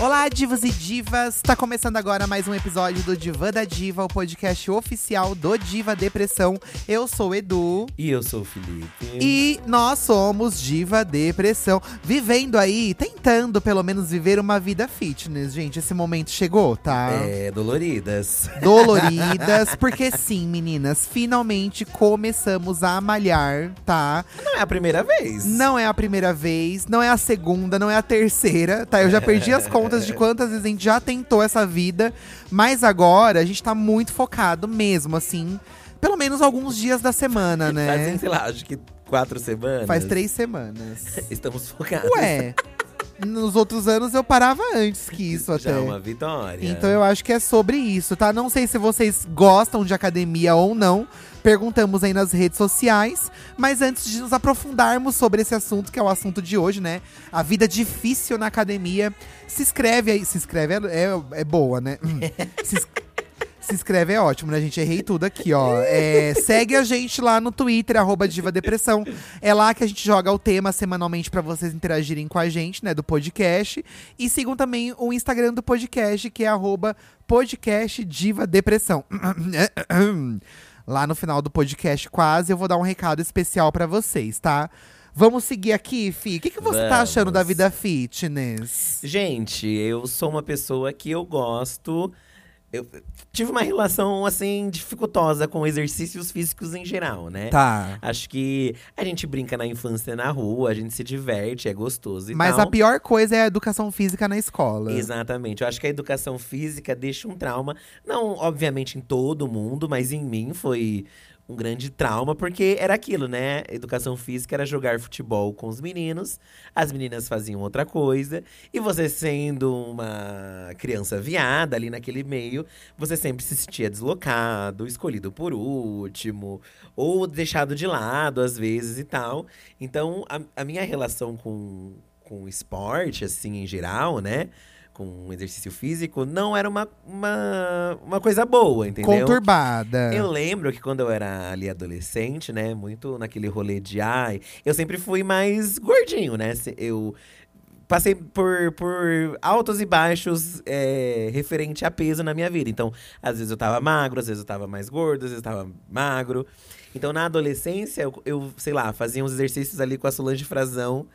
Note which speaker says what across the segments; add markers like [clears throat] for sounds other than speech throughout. Speaker 1: Olá, divos e divas! Tá começando agora mais um episódio do Divã da Diva, o podcast oficial do Diva Depressão. Eu sou o Edu.
Speaker 2: E eu sou o Felipe.
Speaker 1: E nós somos Diva Depressão, vivendo aí, tentando pelo menos viver uma vida fitness, gente. Esse momento chegou, tá?
Speaker 2: É, doloridas.
Speaker 1: Doloridas, porque sim, meninas, finalmente começamos a malhar, tá?
Speaker 2: Não é a primeira vez.
Speaker 1: Não é a primeira vez, não é a segunda, não é a terceira, tá? Eu já perdi as contas de quantas vezes a gente já tentou essa vida, mas agora a gente tá muito focado mesmo, assim. Pelo menos alguns dias da semana, né?
Speaker 2: Fazem, sei lá, acho que quatro semanas.
Speaker 1: Faz três semanas.
Speaker 2: [laughs] Estamos focados.
Speaker 1: Ué, nos outros anos eu parava antes que
Speaker 2: [laughs]
Speaker 1: isso até.
Speaker 2: Já é uma vitória.
Speaker 1: Então eu acho que é sobre isso, tá? Não sei se vocês gostam de academia ou não. Perguntamos aí nas redes sociais. Mas antes de nos aprofundarmos sobre esse assunto, que é o assunto de hoje, né? A vida difícil na academia. Se inscreve aí. Se inscreve é, é, é boa, né? [laughs] Hum. se, ins- se inscreve é ótimo, né, gente? Errei tudo aqui, ó. É, segue a gente lá no Twitter, arroba Diva Depressão. É lá que a gente joga o tema semanalmente pra vocês interagirem com a gente, né, do podcast. E sigam também o Instagram do podcast, que é arroba podcast Diva Depressão. [coughs] Lá no final do podcast, quase, eu vou dar um recado especial pra vocês, tá? Vamos seguir aqui, Fi. O que, que você tá achando
Speaker 2: Vamos.
Speaker 1: da vida fitness?
Speaker 2: Gente, eu sou uma pessoa que eu gosto. Eu tive uma relação, assim, dificultosa com exercícios físicos em geral, né?
Speaker 1: Tá.
Speaker 2: Acho que a gente brinca na infância na rua, a gente se diverte, é gostoso e
Speaker 1: Mas
Speaker 2: tal.
Speaker 1: a pior coisa é a educação física na escola.
Speaker 2: Exatamente. Eu acho que a educação física deixa um trauma. Não, obviamente, em todo mundo, mas em mim foi um grande trauma, porque era aquilo, né? Educação física era jogar futebol com os meninos, as meninas faziam outra coisa, e você sendo uma criança viada ali naquele meio, você sempre se sentia deslocado, escolhido por último, ou deixado de lado às vezes e tal. Então, a, a minha relação com, com o esporte, assim, em geral, né? Com o exercício físico, não era uma, uma, uma coisa boa, entendeu?
Speaker 1: Conturbada.
Speaker 2: Eu lembro que quando eu era ali adolescente, né? Muito naquele rolê de ai. Eu sempre fui mais gordinho, né? se- Eu passei por, por altos e baixos é, referente a peso na minha vida. Então, às vezes eu tava magro, às vezes eu tava mais gordo, às vezes eu tava magro. Então, na adolescência, eu, eu, sei lá, fazia uns exercícios ali com a Solange Frazão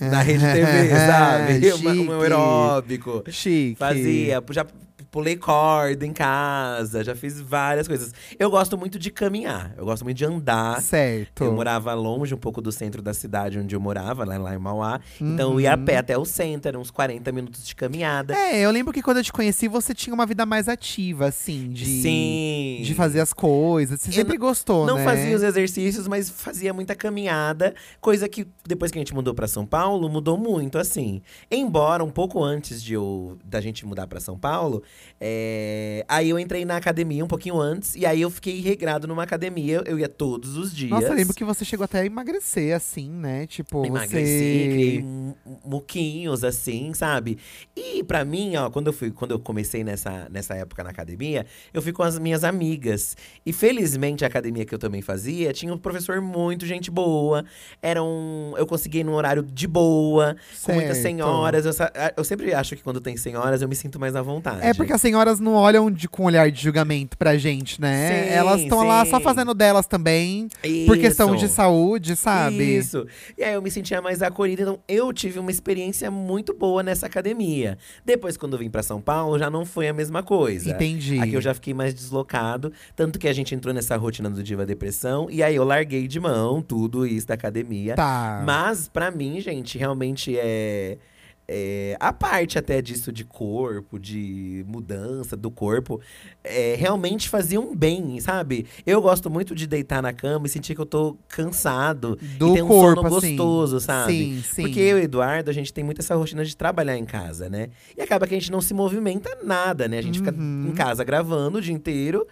Speaker 2: na Rede TV, sabe? [laughs] Uma- Um,
Speaker 1: Chique.
Speaker 2: aeróbico.
Speaker 1: Chique.
Speaker 2: Fazia, já pulei corda em casa, já fiz várias coisas. Eu gosto muito de caminhar, eu gosto muito de andar.
Speaker 1: Certo.
Speaker 2: Eu morava longe um pouco do centro da cidade onde eu morava, lá, lá em Mauá. Então eu ia a
Speaker 1: Uhum.
Speaker 2: pé até o centro, eram uns 40 minutos de caminhada.
Speaker 1: É, eu lembro que quando eu te conheci, você tinha uma vida mais ativa, assim, de,
Speaker 2: Sim.
Speaker 1: de fazer as coisas. Você
Speaker 2: Eu
Speaker 1: sempre gostou,
Speaker 2: Não
Speaker 1: né?
Speaker 2: fazia os exercícios, mas fazia muita caminhada, coisa que depois que a gente mudou pra São Paulo, mudou muito assim. Embora um pouco antes de eu da gente mudar pra São Paulo, é, aí eu entrei na academia um pouquinho antes e aí eu fiquei regrado numa academia, eu ia todos os dias.
Speaker 1: Nossa, eu lembro que você chegou até a emagrecer, assim, né? Tipo,
Speaker 2: Emagreci, criei
Speaker 1: você…
Speaker 2: mu- muquinhos, assim, sabe? E pra mim, ó, quando eu fui, quando eu comecei nessa, nessa época na academia, eu fui com as minhas amigas. E felizmente a academia que eu também fazia tinha um professor muito gente boa. Era um. Eu consegui ir num horário de boa, com muitas
Speaker 1: Certo.
Speaker 2: senhoras. Eu, sa- eu sempre acho que quando tem senhoras, eu me sinto mais à vontade.
Speaker 1: É porque as senhoras não olham de- com olhar de julgamento pra gente, né?
Speaker 2: Sim,
Speaker 1: Elas estão lá
Speaker 2: sim.
Speaker 1: só fazendo delas também, por questão de
Speaker 2: Isso.
Speaker 1: saúde, sabe?
Speaker 2: Isso. E aí eu me sentia mais acolhida. Então eu tive uma experiência muito boa nessa academia. Depois, quando eu vim pra São Paulo, já não foi a mesma coisa.
Speaker 1: Entendi.
Speaker 2: Aqui eu já fiquei mais deslocado. Tanto que a gente entrou nessa rotina do Diva Depressão. E aí eu larguei de mão tudo isso da academia.
Speaker 1: Tá.
Speaker 2: Mas pra mim, gente, realmente é. é, a parte até disso de corpo, de mudança do corpo, é, realmente fazia um bem, sabe? Eu gosto muito de deitar na cama e sentir que eu tô cansado.
Speaker 1: Do
Speaker 2: e ter um
Speaker 1: corpo,
Speaker 2: sono
Speaker 1: assim.
Speaker 2: gostoso, sabe?
Speaker 1: Sim, sim.
Speaker 2: Porque eu e o Eduardo, a gente tem muito essa rotina de trabalhar em casa, né? E acaba que a gente não se movimenta nada, né? A gente fica
Speaker 1: Uhum.
Speaker 2: em casa gravando o dia inteiro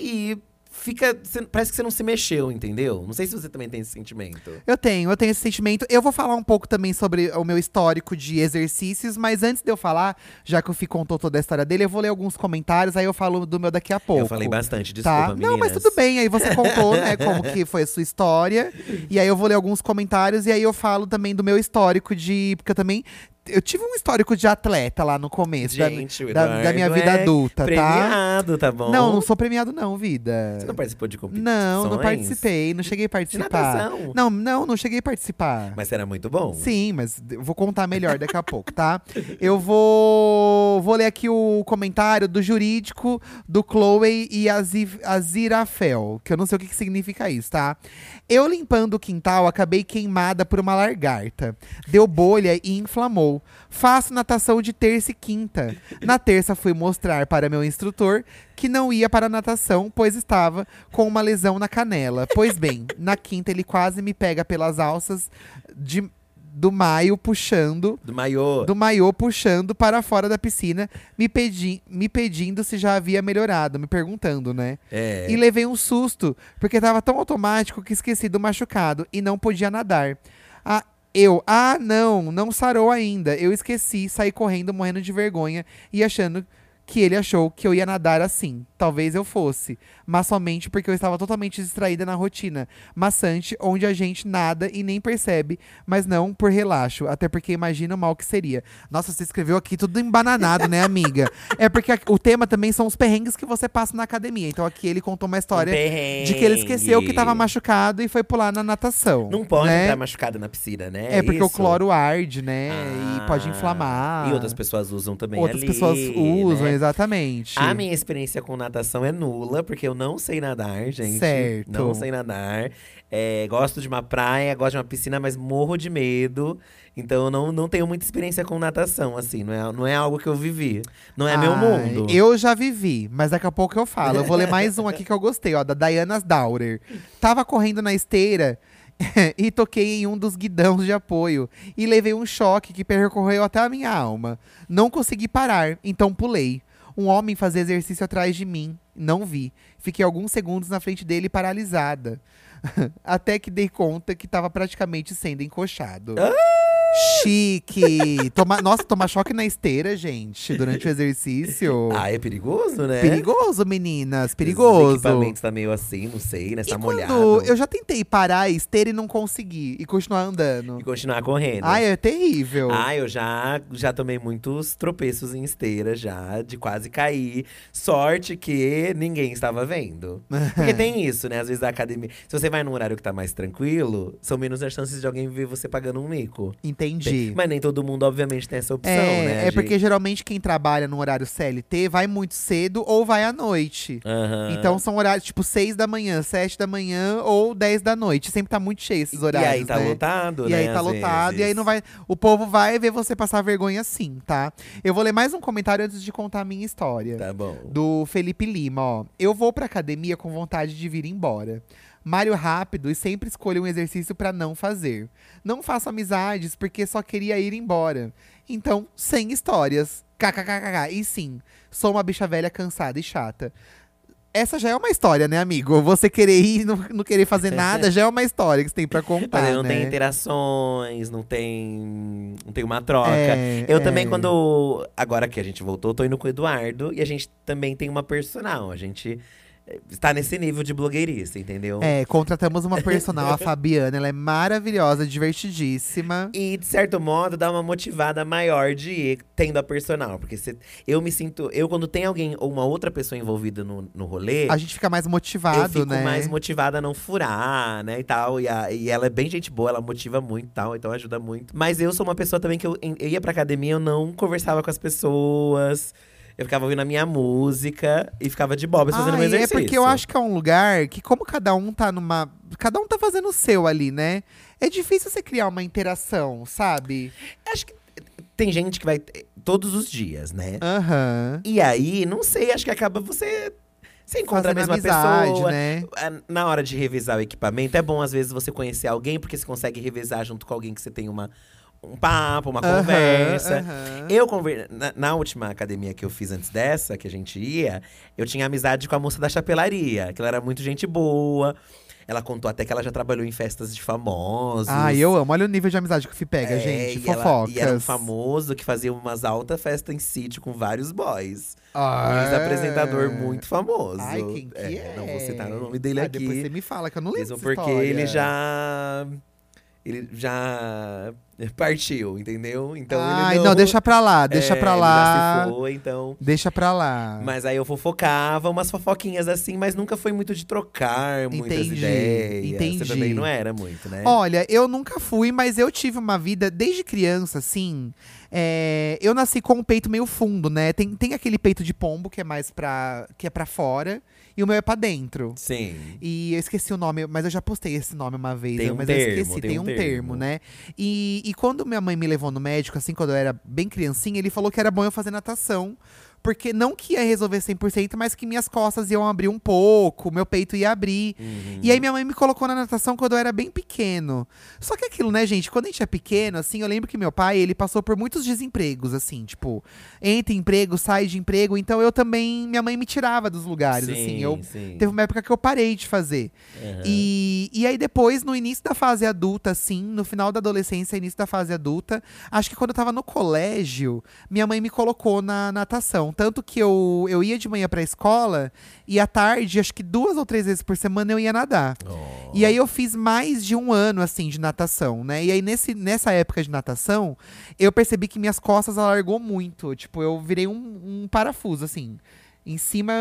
Speaker 2: e fica. cê- parece que você não se mexeu, entendeu? Não sei se você também tem esse sentimento.
Speaker 1: Eu tenho, eu tenho esse sentimento. Eu vou falar um pouco também sobre o meu histórico de exercícios, mas antes de eu falar, já que o Fih contou toda a história dele, eu vou ler alguns comentários, aí eu falo do meu daqui a pouco.
Speaker 2: Eu falei bastante, desculpa,
Speaker 1: Tá?
Speaker 2: meninas.
Speaker 1: Não, mas tudo bem. Aí você contou, né, como que foi a sua história. E aí eu vou ler alguns comentários e aí eu falo também do meu histórico de. Porque eu também eu tive um histórico de atleta lá no começo da, mi-
Speaker 2: Gente, o
Speaker 1: da- da minha
Speaker 2: Eduardo
Speaker 1: vida
Speaker 2: é
Speaker 1: adulta, tá?
Speaker 2: Premiado, tá bom?
Speaker 1: Não, não sou premiado, não, vida.
Speaker 2: Você não participou de competições?
Speaker 1: Não, não participei, não cheguei a
Speaker 2: De
Speaker 1: participar.
Speaker 2: natação.
Speaker 1: Não, não, não cheguei a participar.
Speaker 2: Mas era muito bom.
Speaker 1: Sim, mas d- vou contar melhor daqui a pouco, tá? [laughs] Eu vou vou ler aqui o comentário do jurídico do Chloe e a, Zi- a Zirafel, que eu não sei o que, que significa isso, tá? Eu limpando o quintal, acabei queimada por uma lagarta. Deu bolha e inflamou. Faço natação de terça e quinta. Na terça fui mostrar para meu instrutor que não ia para a natação, pois estava com uma lesão na canela. Pois bem, na quinta ele quase me pega pelas alças de, do maio puxando.
Speaker 2: Do maiô.
Speaker 1: Do maiô puxando para fora da piscina, me, pedi, me pedindo se já havia melhorado, me perguntando, né?
Speaker 2: É.
Speaker 1: E levei um susto, porque tava tão automático que esqueci do machucado e não podia nadar. Ah, eu, ah, não, não sarou ainda. Eu esqueci, saí correndo, morrendo de vergonha e achando que ele achou que eu ia nadar assim. Talvez eu fosse, mas somente porque eu estava totalmente distraída na rotina maçante, onde a gente nada e nem percebe, mas não por relaxo, até porque imagina o mal que seria. Nossa, você escreveu aqui tudo embananado, né,
Speaker 2: [laughs]
Speaker 1: amiga? É porque a- o tema também são os perrengues que você passa na academia. Então aqui ele contou uma história de que ele esqueceu que tava machucado e foi pular na natação.
Speaker 2: um Não pode
Speaker 1: né?
Speaker 2: estar machucado na piscina, né?
Speaker 1: É porque o
Speaker 2: isso?
Speaker 1: cloro arde, né?
Speaker 2: Ah,
Speaker 1: e pode inflamar.
Speaker 2: E outras pessoas usam também
Speaker 1: Ah. Outras
Speaker 2: ali,
Speaker 1: pessoas usam, tipo.
Speaker 2: né?
Speaker 1: exatamente.
Speaker 2: A minha experiência com natação é nula, porque eu não sei nadar, gente.
Speaker 1: Certo.
Speaker 2: Não sei nadar. É, gosto de uma praia, gosto de uma piscina, mas morro de medo. Então eu não, não tenho muita experiência com natação, assim. Não é, não é algo que eu vivi. Não é meu
Speaker 1: Ai,
Speaker 2: mundo.
Speaker 1: Eu já vivi, mas daqui a pouco eu falo. Eu vou ler mais um aqui que eu gostei, ó, da Diana Daurer. Tava correndo na esteira [laughs] e toquei em um dos guidões de apoio e levei um choque que percorreu até a minha alma. Não consegui parar, então pulei. Um homem fazia exercício atrás de mim. Não vi. Fiquei alguns segundos na frente dele paralisada. [laughs] Até que dei conta que tava praticamente sendo encoxado.
Speaker 2: Ah!
Speaker 1: Chique! Toma, nossa, tomar choque na esteira, gente, durante o exercício.
Speaker 2: [laughs] Ah, é perigoso, né?
Speaker 1: Perigoso, meninas,
Speaker 2: Os
Speaker 1: perigoso.
Speaker 2: equipamentos tá meio assim, não sei, né? Você
Speaker 1: E
Speaker 2: tá molhado.
Speaker 1: quando eu já tentei parar a esteira e não consegui, e continuar andando.
Speaker 2: E continuar correndo.
Speaker 1: Ai, é terrível.
Speaker 2: Ah, eu já, já tomei muitos tropeços em esteira, já, de quase cair. Sorte que ninguém estava vendo.
Speaker 1: [laughs]
Speaker 2: Porque tem isso, né? Às vezes a academia. Se você vai num horário que tá mais tranquilo, são menos as chances de alguém ver você pagando um mico.
Speaker 1: Entendi.
Speaker 2: Mas nem todo mundo, obviamente, tem essa opção,
Speaker 1: é,
Speaker 2: né?
Speaker 1: é
Speaker 2: de-
Speaker 1: porque geralmente quem trabalha no horário CLT vai muito cedo ou vai à noite.
Speaker 2: Aham.
Speaker 1: Então são horários tipo 6 da manhã, 7 da manhã ou 10 da noite. Sempre tá muito cheio esses horários.
Speaker 2: E aí tá
Speaker 1: né?
Speaker 2: lotado,
Speaker 1: E
Speaker 2: né?
Speaker 1: aí tá
Speaker 2: às
Speaker 1: lotado, e aí
Speaker 2: vezes.
Speaker 1: não vai. O povo vai ver você passar vergonha sim, tá? Eu vou ler mais um comentário antes de contar a minha história.
Speaker 2: Tá bom.
Speaker 1: Do Felipe Lima, ó. Eu vou pra academia com vontade de vir embora. Malho rápido e sempre escolho um exercício pra não fazer. Não faço amizades porque só queria ir embora. Então, sem histórias. KKKKK. E sim, sou uma bicha velha cansada e chata. Essa já é uma história, né, amigo? Você querer ir e não, não querer
Speaker 2: [laughs]
Speaker 1: fazer nada já é uma história que você tem pra contar.
Speaker 2: Mas aí não
Speaker 1: né?
Speaker 2: tem interações, não tem. Não tem uma troca.
Speaker 1: É,
Speaker 2: Eu
Speaker 1: é.
Speaker 2: também, quando. Agora que a gente voltou, eu tô indo com o Eduardo e a gente também tem uma personal. A gente eh, está nesse nível de blogueirista, entendeu?
Speaker 1: É, contratamos uma personal, a Fabiana. Ela é maravilhosa, divertidíssima.
Speaker 2: E, de certo modo, dá uma motivada maior de ir tendo a personal. Porque cê- eu me sinto. Eu, quando tem alguém ou uma outra pessoa envolvida no, no rolê,
Speaker 1: A gente fica mais motivado,
Speaker 2: eu fico
Speaker 1: né?
Speaker 2: mais motivada a não furar, né, e tal. E, a- e ela é bem gente boa, ela motiva muito e tal, então ajuda muito. Mas eu sou uma pessoa também que eu, em- eu ia pra academia, eu não conversava com as pessoas. Eu ficava ouvindo a minha música e ficava de bob fazendo
Speaker 1: Ah,
Speaker 2: meu
Speaker 1: e é
Speaker 2: exercício.
Speaker 1: porque eu acho que é um lugar que, como cada um tá numa. Cada um tá fazendo o seu ali, né? É difícil você criar uma interação, sabe?
Speaker 2: Acho que tem gente que vai eh, todos os dias, né?
Speaker 1: Aham.
Speaker 2: E aí, não sei, acho que acaba você… Você encontra a
Speaker 1: Fazendo
Speaker 2: mesma
Speaker 1: amizade,
Speaker 2: pessoa,
Speaker 1: né?
Speaker 2: Ah, Na hora de revisar o equipamento, é bom às vezes você conhecer alguém, porque você consegue revisar junto com alguém que você tem uma, um papo, uma
Speaker 1: Aham,
Speaker 2: conversa.
Speaker 1: aham.
Speaker 2: Eu conver... na, na última academia que eu fiz antes dessa, que a gente ia, eu tinha amizade com a moça da chapelaria, que ela era muito gente boa. Ela contou até que ela já trabalhou em festas de famosos.
Speaker 1: Ai, eu amo. Olha o nível de amizade que o Fih pega,
Speaker 2: É,
Speaker 1: gente.
Speaker 2: e ela-
Speaker 1: Fofocas.
Speaker 2: e era um famoso que fazia umas altas festas em sítio com vários boys. Um
Speaker 1: Ah.
Speaker 2: ex-apresentador muito famoso.
Speaker 1: Ai, quem que é?
Speaker 2: Não vou citar o nome dele
Speaker 1: Ah,
Speaker 2: aqui.
Speaker 1: Depois você me fala, que eu não lembro
Speaker 2: Mesmo
Speaker 1: dessa
Speaker 2: porque
Speaker 1: história.
Speaker 2: ele já. Ele já Partiu, entendeu? Então
Speaker 1: Ai,
Speaker 2: ele
Speaker 1: não,
Speaker 2: não,
Speaker 1: deixa pra lá, deixa
Speaker 2: É,
Speaker 1: pra
Speaker 2: ele
Speaker 1: lá. Ah.
Speaker 2: Já se foi, então.
Speaker 1: Deixa pra lá.
Speaker 2: Mas aí eu fofocava, umas fofoquinhas assim, mas nunca foi muito de trocar muitas
Speaker 1: Entendi,
Speaker 2: ideias.
Speaker 1: entendi.
Speaker 2: Você também não era muito, né?
Speaker 1: Olha, eu nunca fui, mas eu tive uma vida desde criança, assim. é, eu nasci com um peito meio fundo, né? Tem, tem aquele peito de pombo que é mais pra. que é pra fora, e o meu é pra dentro.
Speaker 2: Sim.
Speaker 1: E eu esqueci o nome, mas eu já postei esse nome uma vez,
Speaker 2: Tem
Speaker 1: né?
Speaker 2: um
Speaker 1: mas eu
Speaker 2: termo,
Speaker 1: esqueci,
Speaker 2: tem
Speaker 1: tem
Speaker 2: um
Speaker 1: um termo,
Speaker 2: termo.
Speaker 1: né? E, e quando minha mãe me levou no médico, assim, quando eu era bem criancinha, ele falou que era bom eu fazer natação. Porque não que ia resolver 100%, mas que minhas costas iam abrir um pouco, meu peito ia abrir.
Speaker 2: Uhum.
Speaker 1: E aí minha mãe me colocou na natação quando eu era bem pequeno. Só que aquilo, né, gente, quando a gente é pequeno, assim, eu lembro que meu pai, ele passou por muitos desempregos, assim, tipo, entra em emprego, sai de emprego, então eu também, minha mãe me tirava dos lugares,
Speaker 2: sim,
Speaker 1: assim, eu
Speaker 2: sim.
Speaker 1: Teve uma época que eu parei de fazer.
Speaker 2: Aham.
Speaker 1: E, e aí depois, no início da fase adulta, assim, no final da adolescência, início da fase adulta, acho que quando eu tava no colégio, minha mãe me colocou na natação. Tanto que eu, eu ia de manhã pra escola e à tarde, acho que duas ou três vezes por semana, eu ia nadar.
Speaker 2: Ó.
Speaker 1: E aí eu fiz mais de um ano, assim, de natação, né? E aí nesse, nessa época de natação, eu percebi que minhas costas alargou muito. Tipo, eu virei um, um parafuso, assim. Em cima,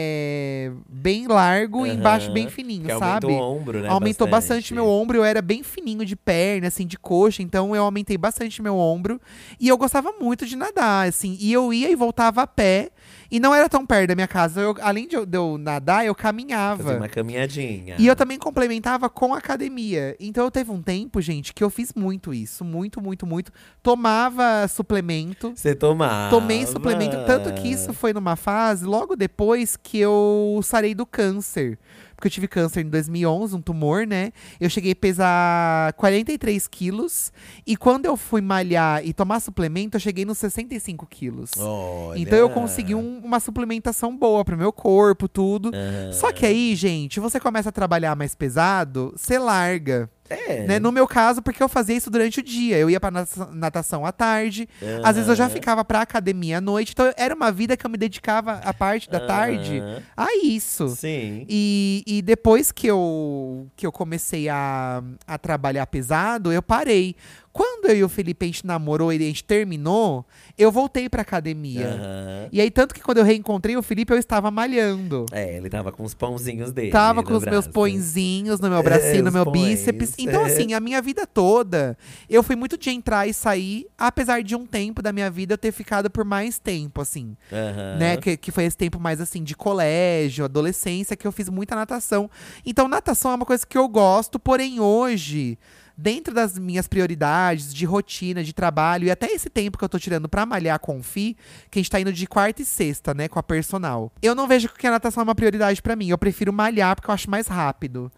Speaker 1: é, bem largo e embaixo
Speaker 2: Aham.
Speaker 1: bem fininho,
Speaker 2: Que
Speaker 1: um sabe?
Speaker 2: aumentou o ombro, né?
Speaker 1: Aumentou bastante. meu ombro, eu era bem fininho de perna, assim, de coxa, então eu aumentei bastante meu ombro. E eu gostava muito de nadar, assim, e eu ia e voltava a pé. E não era tão perto da minha casa. Eu- além de eu, de eu nadar, eu
Speaker 2: Fazer
Speaker 1: caminhava.
Speaker 2: uma caminhadinha.
Speaker 1: E eu também complementava com academia. Então eu teve um tempo, gente, que eu fiz muito isso. Muito, muito, muito. Tomava suplemento.
Speaker 2: Você tomava.
Speaker 1: Tomei suplemento, tanto que isso foi numa fase logo depois que eu sarei do câncer. Porque eu tive câncer em 2011, um tumor, né? Eu cheguei a pesar 43 quilos. E quando eu fui malhar e tomar suplemento, eu cheguei nos 65 quilos.
Speaker 2: Olha.
Speaker 1: Então eu consegui um- uma suplementação boa pro meu corpo, tudo.
Speaker 2: Aham.
Speaker 1: Só que aí, gente, você começa a trabalhar mais pesado, você larga.
Speaker 2: É.
Speaker 1: Né? No meu caso, porque eu fazia isso durante o dia. Eu ia pra nata- natação à tarde, às vezes eu já ficava pra academia à noite. Então era uma vida que eu me dedicava a parte da
Speaker 2: Aham.
Speaker 1: tarde a isso.
Speaker 2: Sim.
Speaker 1: E, e depois que eu, que eu comecei a, a trabalhar pesado, eu parei. Quando eu e o Felipe a gente namorou e a gente terminou, eu voltei pra academia.
Speaker 2: Aham.
Speaker 1: E aí, tanto que quando eu reencontrei o Felipe, eu estava malhando.
Speaker 2: É, ele tava com os pãozinhos dele.
Speaker 1: Tava
Speaker 2: no
Speaker 1: com os meus
Speaker 2: braço.
Speaker 1: põezinhos no meu
Speaker 2: É,
Speaker 1: bracinho, no
Speaker 2: os é.
Speaker 1: meu
Speaker 2: pões.
Speaker 1: bíceps. Então, assim, a minha vida toda, eu fui muito de entrar e sair, apesar de um tempo da minha vida eu ter ficado por mais tempo, assim,
Speaker 2: Aham.
Speaker 1: né? Que, que foi esse tempo mais, assim, de colégio, adolescência, que eu fiz muita natação. Então, natação é uma coisa que eu gosto, porém hoje. Dentro das minhas prioridades de rotina, de trabalho, e até esse tempo que eu tô tirando pra malhar com o FI, que a gente tá indo de quarta e sexta, né, com a personal. Eu não vejo que a natação é uma prioridade pra mim. Eu prefiro malhar porque eu acho mais rápido.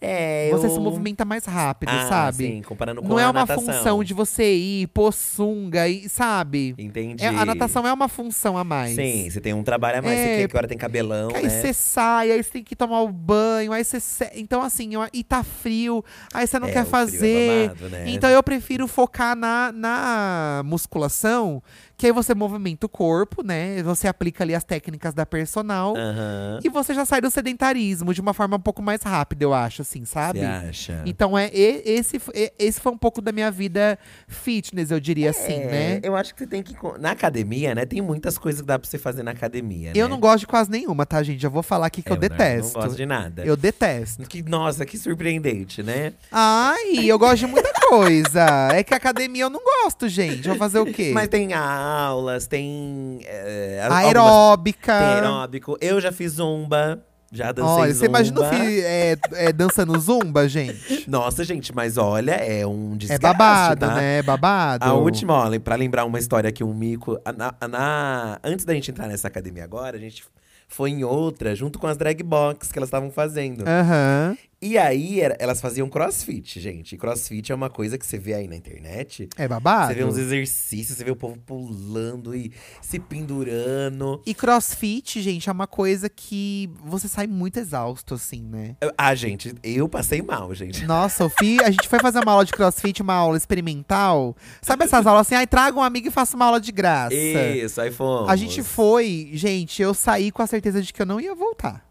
Speaker 2: É,
Speaker 1: Você
Speaker 2: eu-
Speaker 1: se movimenta mais rápido,
Speaker 2: Ah,
Speaker 1: sabe?
Speaker 2: Sim, comparando com
Speaker 1: Não
Speaker 2: a
Speaker 1: é uma
Speaker 2: natação.
Speaker 1: função de você ir, pôr sunga e, sabe?
Speaker 2: Entendi.
Speaker 1: É- a natação é uma função a mais.
Speaker 2: Sim, você tem um trabalho a mais.
Speaker 1: É,
Speaker 2: Você quer que agora tem cabelão,
Speaker 1: Que aí
Speaker 2: né?
Speaker 1: você sai, aí você tem que tomar o banho, aí você. se- Então, assim, eu- e tá frio, aí você não
Speaker 2: É, o
Speaker 1: quer
Speaker 2: frio é
Speaker 1: fazer.
Speaker 2: babado, né?
Speaker 1: Então eu prefiro focar na, na musculação, que aí você movimenta o corpo, né? Você aplica ali as técnicas da personal.
Speaker 2: Aham.
Speaker 1: E você já sai do sedentarismo de uma forma um pouco mais rápida, eu acho, assim, sabe?
Speaker 2: Você acha?
Speaker 1: Então é e- esse, f- e- esse foi um pouco da minha vida fitness, eu diria assim,
Speaker 2: É,
Speaker 1: né?
Speaker 2: Eu acho que você tem que. co- Na academia, né? Tem muitas coisas que dá pra você fazer na academia.
Speaker 1: Eu
Speaker 2: né?
Speaker 1: não gosto de quase nenhuma, tá, gente? Já vou falar aqui que
Speaker 2: É,
Speaker 1: eu
Speaker 2: o Nardo
Speaker 1: detesto.
Speaker 2: Não gosto de nada.
Speaker 1: Eu detesto.
Speaker 2: Que, nossa, que surpreendente, né?
Speaker 1: Ai, eu gosto de muita coisa. É que academia eu não gosto, gente. Vou fazer o quê?
Speaker 2: Mas tem aulas, tem. é, algumas-
Speaker 1: Ah, Aeróbica.
Speaker 2: tem aeróbico. Eu já fiz zumba, já dancei
Speaker 1: Olha,
Speaker 2: zumba.
Speaker 1: você imagina o filho é, é, dançando zumba, gente?
Speaker 2: Nossa, gente, mas olha, é um
Speaker 1: É
Speaker 2: desgaste,
Speaker 1: babado,
Speaker 2: tá?
Speaker 1: né? É babado.
Speaker 2: A última, olha, pra lembrar uma história aqui, um mico. a- na- a- na- antes da gente entrar nessa academia agora, a gente foi em outra, junto com as drag box que elas estavam fazendo.
Speaker 1: É. Aham.
Speaker 2: E aí, era- elas faziam crossfit, gente. E crossfit é uma coisa que você vê aí na internet.
Speaker 1: É babado.
Speaker 2: Você vê uns exercícios, você vê o povo pulando e se pendurando.
Speaker 1: E crossfit, gente, é uma coisa que você sai muito exausto, assim, né?
Speaker 2: Eu- Ah, gente, eu passei mal, gente.
Speaker 1: Nossa, eu fi- a gente foi fazer uma aula de crossfit, uma aula experimental. Sabe essas aulas assim, ai, traga um amigo e faça uma aula de graça.
Speaker 2: Isso, aí fomos.
Speaker 1: A gente foi, gente, eu saí com a certeza de que eu não ia voltar.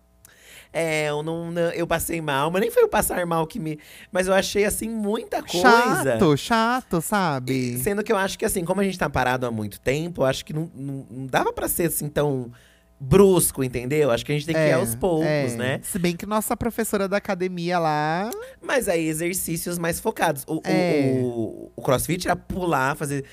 Speaker 2: É, eu, não, não- eu passei mal, mas nem foi o passar mal que me. Mas eu achei, assim, muita coisa.
Speaker 1: Chato, chato, sabe?
Speaker 2: Sendo que eu acho que, assim, como a gente tá parado há muito tempo, eu acho que não, não, não dava pra ser assim tão brusco, entendeu? Acho que a gente tem que ir aos poucos,
Speaker 1: é.
Speaker 2: né?
Speaker 1: Se bem que nossa professora da academia lá.
Speaker 2: Mas aí, exercícios mais focados. O, o-
Speaker 1: É.
Speaker 2: o, o crossfit era pular, fazer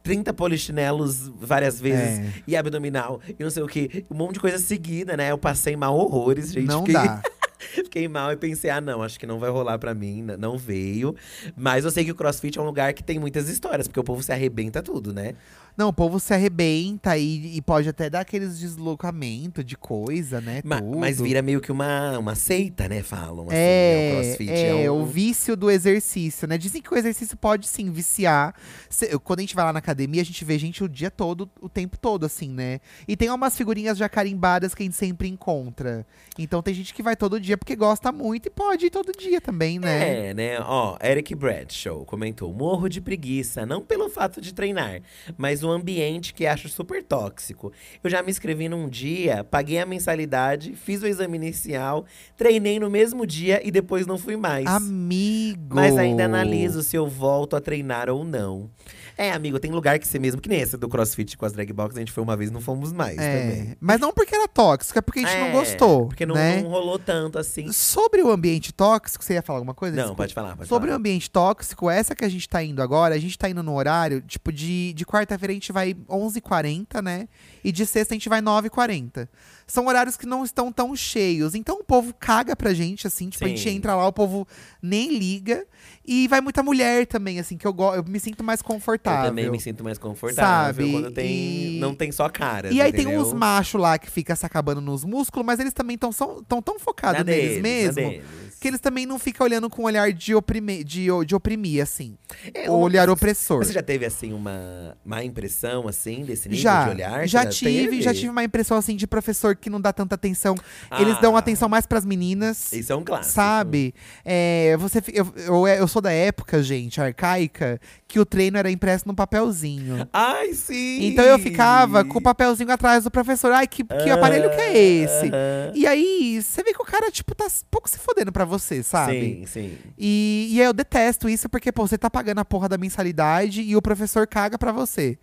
Speaker 2: 30 polichinelos várias vezes.
Speaker 1: é,
Speaker 2: E abdominal, e não sei o que. Um monte de coisa seguida, né? Eu passei mal horrores, gente.
Speaker 1: não
Speaker 2: fiquei,
Speaker 1: dá.
Speaker 2: Fiquei mal e pensei, ah, não, acho que não vai rolar pra mim, n- não veio. Mas eu sei que o crossfit é um lugar que tem muitas histórias, porque o povo se arrebenta tudo, né?
Speaker 1: Não, o povo se arrebenta e, e pode até dar aqueles deslocamentos de coisa, né?
Speaker 2: Ma-
Speaker 1: tudo.
Speaker 2: mas vira meio que uma, uma seita, né? Falam assim, né? O
Speaker 1: É,
Speaker 2: crossfit
Speaker 1: é,
Speaker 2: um-
Speaker 1: o vício do exercício, né? Dizem que o exercício pode sim viciar. Se- quando a gente vai lá na academia, a gente vê gente o dia todo, o tempo todo, assim, né? E tem umas figurinhas já carimbadas que a gente sempre encontra. Então tem gente que vai todo dia porque gosta muito e pode ir todo dia também, né?
Speaker 2: É, né? Ó, Eric Bradshaw comentou: morro de preguiça, não pelo fato de treinar, mas o ambiente que acho super tóxico. Eu já me inscrevi num dia, paguei a mensalidade, fiz o exame inicial, treinei no mesmo dia e depois não fui mais.
Speaker 1: Amigo!
Speaker 2: Mas ainda analiso se eu volto a treinar ou não. É, amigo, tem lugar que você mesmo, que nem esse do CrossFit com as drag box, a gente foi uma vez e não fomos mais também.
Speaker 1: É, mas não porque era tóxico, é porque a gente
Speaker 2: É,
Speaker 1: não gostou.
Speaker 2: Porque não,
Speaker 1: né?
Speaker 2: não rolou tanto assim.
Speaker 1: Sobre o ambiente tóxico, você ia falar alguma coisa?
Speaker 2: Não,
Speaker 1: é Desculpa.
Speaker 2: pode falar, pode
Speaker 1: Sobre o
Speaker 2: falar.
Speaker 1: ambiente tóxico, essa que a gente tá indo agora, a gente tá indo no horário, tipo, de, de quarta-feira a gente vai 11h40, né? E de sexta a gente vai 9h40. São horários que não estão tão cheios. Então o povo caga pra gente, assim. Tipo, a gente
Speaker 2: Sim.
Speaker 1: entra lá, o povo nem liga. E vai muita mulher também, assim, que eu, go- eu me sinto mais confortável.
Speaker 2: Eu também me sinto mais confortável
Speaker 1: Sabe?
Speaker 2: quando tem,
Speaker 1: E-
Speaker 2: não tem só caras.
Speaker 1: E aí tem
Speaker 2: entendeu?
Speaker 1: uns machos lá que fica se acabando nos músculos, mas eles também estão tão, tão focados
Speaker 2: Na
Speaker 1: neles
Speaker 2: é deles, na
Speaker 1: mesmo.
Speaker 2: deles.
Speaker 1: Que eles também não ficam olhando com um olhar de, oprime, de, o- de oprimir, assim.
Speaker 2: É,
Speaker 1: Ou
Speaker 2: um-
Speaker 1: olhar opressor.
Speaker 2: Você já teve, assim, uma má impressão, assim, desse nível
Speaker 1: já,
Speaker 2: de olhar? Você
Speaker 1: já tive,
Speaker 2: teve?
Speaker 1: já tive uma impressão assim de professor que não dá tanta atenção. Eles dão
Speaker 2: Ah,
Speaker 1: atenção mais pras meninas.
Speaker 2: Isso é um clássico.
Speaker 1: Sabe? É, você, fi- eu, eu, é, eu sou da época, gente, arcaica, que o treino era impresso num papelzinho.
Speaker 2: Ai, sim!
Speaker 1: Então eu ficava com o papelzinho atrás do professor. Ai, que, que aparelho que é esse?
Speaker 2: Aham.
Speaker 1: E aí, você vê que o cara, tipo, tá pouco se fodendo pra você, sabe?
Speaker 2: Sim, sim.
Speaker 1: E, e aí eu detesto isso, porque, pô, você tá pagando a porra da mensalidade e o professor caga pra você.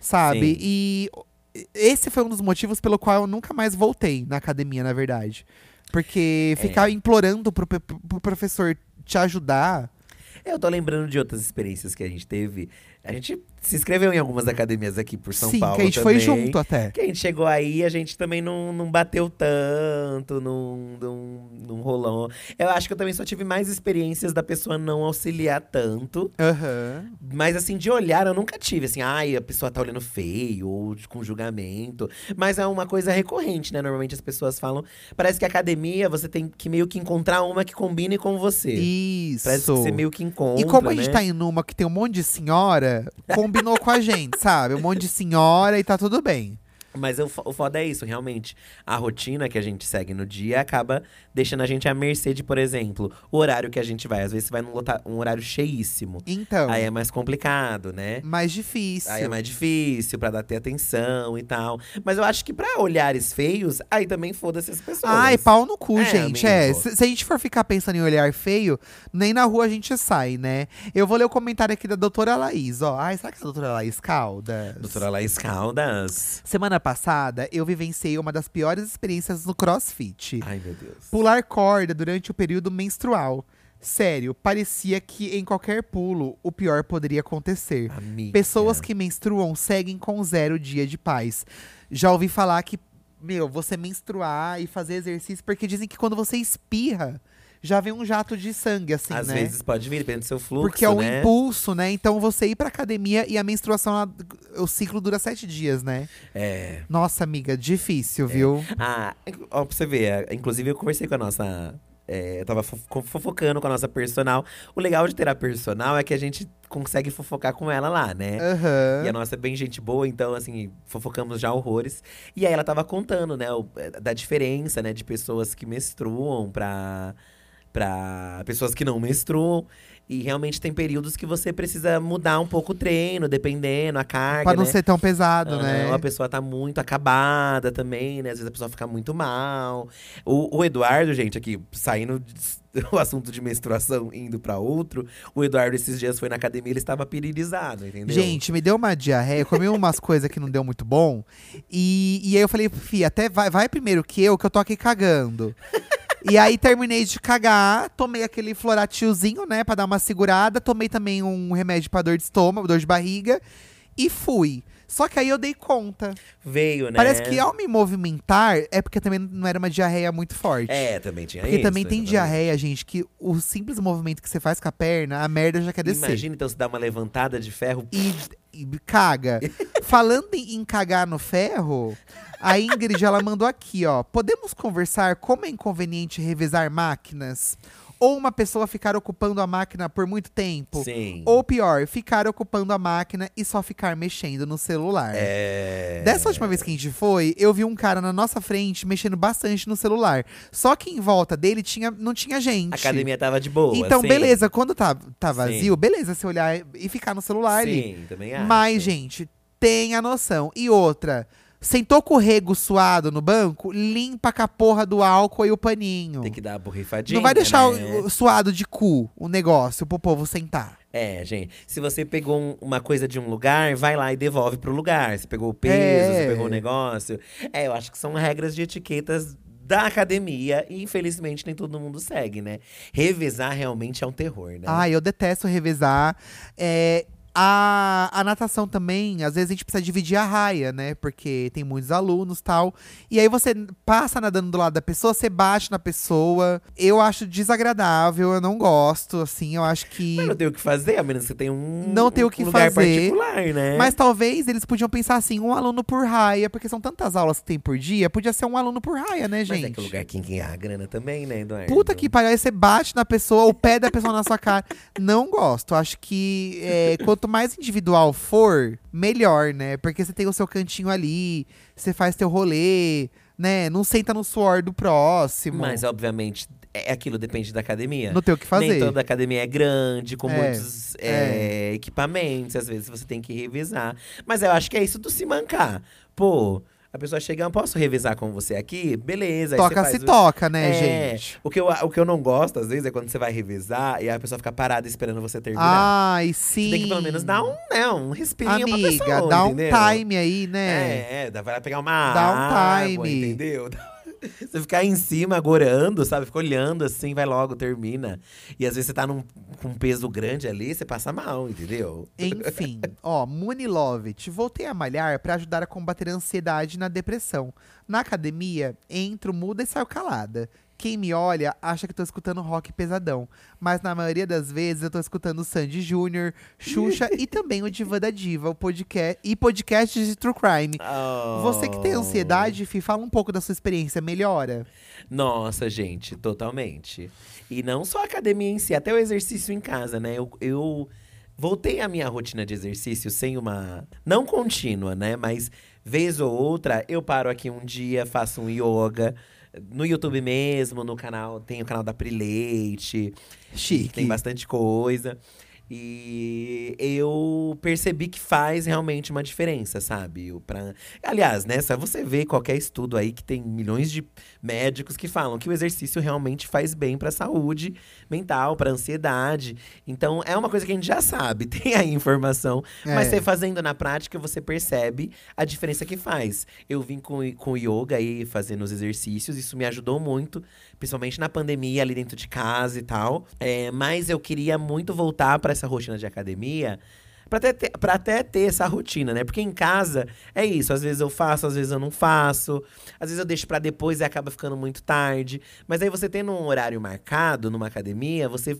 Speaker 1: Sabe?
Speaker 2: Sim.
Speaker 1: E esse foi um dos motivos pelo qual eu nunca mais voltei na academia, na verdade. Porque
Speaker 2: É.
Speaker 1: ficar implorando pro, pe- pro professor te ajudar.
Speaker 2: Eu tô lembrando de outras experiências que a gente teve. A gente se inscreveu em algumas academias aqui por São
Speaker 1: sim,
Speaker 2: Paulo
Speaker 1: que a gente foi
Speaker 2: também.
Speaker 1: junto até.
Speaker 2: Que a gente chegou aí, a gente também não, não bateu tanto, não, não, não rolou. Eu acho que eu também só tive mais experiências da pessoa não auxiliar tanto.
Speaker 1: Aham.
Speaker 2: Mas assim, de olhar eu nunca tive, assim, ai, a pessoa tá olhando feio, ou de- com julgamento. Mas é uma coisa recorrente, né? Normalmente as pessoas falam. Parece que academia você tem que meio que encontrar uma que combine com você.
Speaker 1: Isso.
Speaker 2: Parece que você meio que encontra.
Speaker 1: E como a gente
Speaker 2: né?
Speaker 1: tá em numa que tem um monte de senhora, combinou com a gente, sabe? Um monte de senhora e tá tudo bem.
Speaker 2: Mas o, fo- o foda é isso, realmente. A rotina que a gente segue no dia acaba deixando a gente à mercê de, por exemplo, o horário que a gente vai. Às vezes você vai num lota- um horário cheíssimo.
Speaker 1: Então,
Speaker 2: Aí é mais complicado, né?
Speaker 1: mais difícil.
Speaker 2: Aí é mais difícil pra dar ter atenção e tal. Mas eu acho que pra olhares feios, aí também foda-se as pessoas.
Speaker 1: Ai, pau no cu,
Speaker 2: É,
Speaker 1: gente. É,
Speaker 2: amigo.
Speaker 1: se, se a gente for ficar pensando em olhar feio, nem na rua a gente sai, né? Eu vou ler o comentário aqui da doutora Laís, ó. Ai, será que é a doutora Laís Caldas?
Speaker 2: Doutora Laís Caldas.
Speaker 1: Semana passada, eu vivenciei uma das piores experiências no crossfit.
Speaker 2: Ai, meu Deus.
Speaker 1: Pular corda durante o período menstrual. Sério, parecia que em qualquer pulo, o pior poderia acontecer.
Speaker 2: Amiga.
Speaker 1: Pessoas que menstruam seguem com zero dia de paz. Já ouvi falar que, meu, você menstruar e fazer exercício, porque dizem que quando você espirra, já vem um jato de sangue, assim,
Speaker 2: Às
Speaker 1: né?
Speaker 2: vezes pode vir, depende do seu fluxo,
Speaker 1: porque é um
Speaker 2: né?
Speaker 1: impulso, né? Então você ir pra academia e a menstruação, ela- o ciclo dura sete dias, né?
Speaker 2: É.
Speaker 1: Nossa, amiga, difícil, viu?
Speaker 2: [laughs] Ah, ó, pra você ver, é, inclusive eu conversei com a nossa. é, eu tava fo- co- fofocando com a nossa personal. O legal de ter a personal é que a gente consegue fofocar com ela lá, né?
Speaker 1: Aham.
Speaker 2: E a nossa é bem gente boa, então, assim, fofocamos já horrores. E aí é, ela tava contando, né, o- da diferença, né, de pessoas que menstruam pra. pra para pessoas que não menstruam. E realmente tem períodos que você precisa mudar um pouco o treino, dependendo, a carga.
Speaker 1: Pra não
Speaker 2: né?
Speaker 1: ser tão pesado,
Speaker 2: Ah,
Speaker 1: né?
Speaker 2: Ou a pessoa tá muito acabada também, né? Às vezes a pessoa fica muito mal. O, o Eduardo, gente, aqui, saindo [laughs] de- do assunto de menstruação e indo pra outro, o Eduardo esses dias foi na academia ele estava periodizado, entendeu?
Speaker 1: Gente, me deu uma diarreia, eu comi
Speaker 2: [laughs]
Speaker 1: umas coisas que não deu muito bom. E, e aí eu falei, Fih, até vai, vai primeiro que eu, que eu tô aqui cagando. e aí terminei de cagar, tomei aquele floratilzinho, né, pra dar uma segurada. Tomei também um remédio pra dor de estômago, dor de barriga. E fui. Só que aí eu dei conta.
Speaker 2: Veio, né?
Speaker 1: Parece que é um ao me movimentar, é porque também não era uma diarreia muito forte.
Speaker 2: É, também tinha
Speaker 1: Porque
Speaker 2: isso.
Speaker 1: também tem
Speaker 2: exatamente.
Speaker 1: diarreia, gente, que o simples movimento que você faz com a perna, a merda já quer descer.
Speaker 2: Imagina então se dá uma levantada de ferro.
Speaker 1: E, e caga. Falando em, em cagar no ferro, a Ingrid ela mandou aqui, ó. Podemos conversar como é inconveniente revezar máquinas? Ou uma pessoa ficar ocupando a máquina por muito tempo?
Speaker 2: Sim.
Speaker 1: tipo, Ou pior, ficar ocupando a máquina e só ficar mexendo no celular.
Speaker 2: É.
Speaker 1: Dessa última vez que a gente foi, eu vi um cara na nossa frente mexendo bastante no celular. Só que em volta dele tinha, não tinha gente.
Speaker 2: A academia tava de boa.
Speaker 1: Então,
Speaker 2: sim.
Speaker 1: beleza, quando tá, tá
Speaker 2: Sim.
Speaker 1: vazio, beleza você olhar e ficar no celular ali.
Speaker 2: Sim, também acho.
Speaker 1: Mas, gente, tenha noção. E outra, sentou com o rego suado no banco, limpa com a porra do álcool e o paninho.
Speaker 2: Tem que dar a borrifadinha.
Speaker 1: Não vai deixar
Speaker 2: né?
Speaker 1: o, o suado de cu o negócio pro povo sentar.
Speaker 2: É, gente. Se você pegou um- uma coisa de um lugar, vai lá e devolve pro lugar. Você pegou o peso,
Speaker 1: É.
Speaker 2: você pegou o negócio. É, eu acho que são regras de etiquetas da academia e infelizmente nem todo mundo segue, né? Revezar realmente é um terror, né?
Speaker 1: Ai, eu detesto revezar. É, a, a natação também, às vezes a gente precisa dividir a raia, né? Porque tem muitos alunos tal. E aí você passa nadando do lado da pessoa, você bate na pessoa. Eu acho desagradável, eu não gosto, assim, eu acho que.
Speaker 2: Mas não tem o que fazer, a menos que você tenha um,
Speaker 1: Não tem o que
Speaker 2: um lugar
Speaker 1: fazer,
Speaker 2: particular, né?
Speaker 1: Mas talvez eles podiam pensar assim, um aluno por raia, porque são tantas aulas que tem por dia, podia ser um aluno por raia, né,
Speaker 2: Mas
Speaker 1: gente?
Speaker 2: é que o lugar que ganha a grana também, né, Eduardo?
Speaker 1: Puta que pariu, aí você bate na pessoa, o pé da pessoa na sua cara. [laughs] Não gosto. Acho que é, quanto mais individual for, melhor, né? Porque você tem o seu cantinho ali, você faz teu rolê, né? Não senta no suor do próximo.
Speaker 2: Mas, obviamente, é aquilo depende da academia.
Speaker 1: não tem o que
Speaker 2: Nem
Speaker 1: fazer.
Speaker 2: toda academia é grande, com
Speaker 1: É,
Speaker 2: muitos é, equipamentos. Às vezes você tem que revisar. Mas eu acho que é isso do se mancar. Pô, a pessoa chega, eu posso revisar com você aqui? Beleza. aí você
Speaker 1: Toca se
Speaker 2: faz o-
Speaker 1: toca, né,
Speaker 2: É,
Speaker 1: gente?
Speaker 2: O que, eu, o que eu não gosto, às vezes, é quando você vai revisar e a pessoa fica parada esperando você terminar.
Speaker 1: Ai, sim.
Speaker 2: Você tem que pelo menos dar um, né, um respirinho
Speaker 1: Amiga,
Speaker 2: pra pessoa,
Speaker 1: dá um
Speaker 2: entendeu?
Speaker 1: time aí, né?
Speaker 2: É, é, dá- vai lá pegar uma
Speaker 1: Dá um
Speaker 2: água,
Speaker 1: time.
Speaker 2: entendeu? [laughs] Você ficar em cima agorando, sabe? Fica olhando assim, vai logo, termina. E às vezes você tá num, com um peso grande ali, você passa mal, entendeu?
Speaker 1: Enfim, ó, Muni Lovett, voltei a malhar pra ajudar a combater a ansiedade na depressão. Na academia, entro, muda e saio calada. Quem me olha acha que tô escutando rock pesadão, mas na maioria das vezes eu tô escutando Sandy Júnior, Xuxa e também o Diva da Diva, o podcast e podcasts de true crime. Você que tem
Speaker 2: Oh.
Speaker 1: ansiedade, Fih, fala um pouco da sua experiência, melhora.
Speaker 2: Nossa, gente, totalmente. E não só a academia em si, até o exercício em casa, né? Eu, eu voltei à minha rotina de exercício sem uma. Não contínua, né? Mas vez ou outra, eu paro aqui um dia, faço um yoga. No YouTube mesmo, no canal, tem o canal da Pri Leite.
Speaker 1: Chique.
Speaker 2: Tem bastante coisa. E eu percebi que faz realmente uma diferença, sabe? O Pra... Aliás, né? Só você ver qualquer estudo aí que tem milhões de médicos que falam que o exercício realmente faz bem pra saúde mental, pra ansiedade. Então é uma coisa que a gente já sabe, [laughs] tem aí informação. Mas
Speaker 1: É.
Speaker 2: você fazendo na prática, você percebe a diferença que faz. Eu vim com, i- com yoga aí, fazendo os exercícios, isso me ajudou muito, principalmente na pandemia, ali dentro de casa e tal. É, mas eu queria muito voltar para essa rotina de academia. Pra até, ter, pra até ter essa rotina, né? Porque em casa é isso. Às vezes eu faço, às vezes eu não faço. Às vezes eu deixo pra depois e acaba ficando muito tarde. Mas aí você tendo um horário marcado numa academia, você,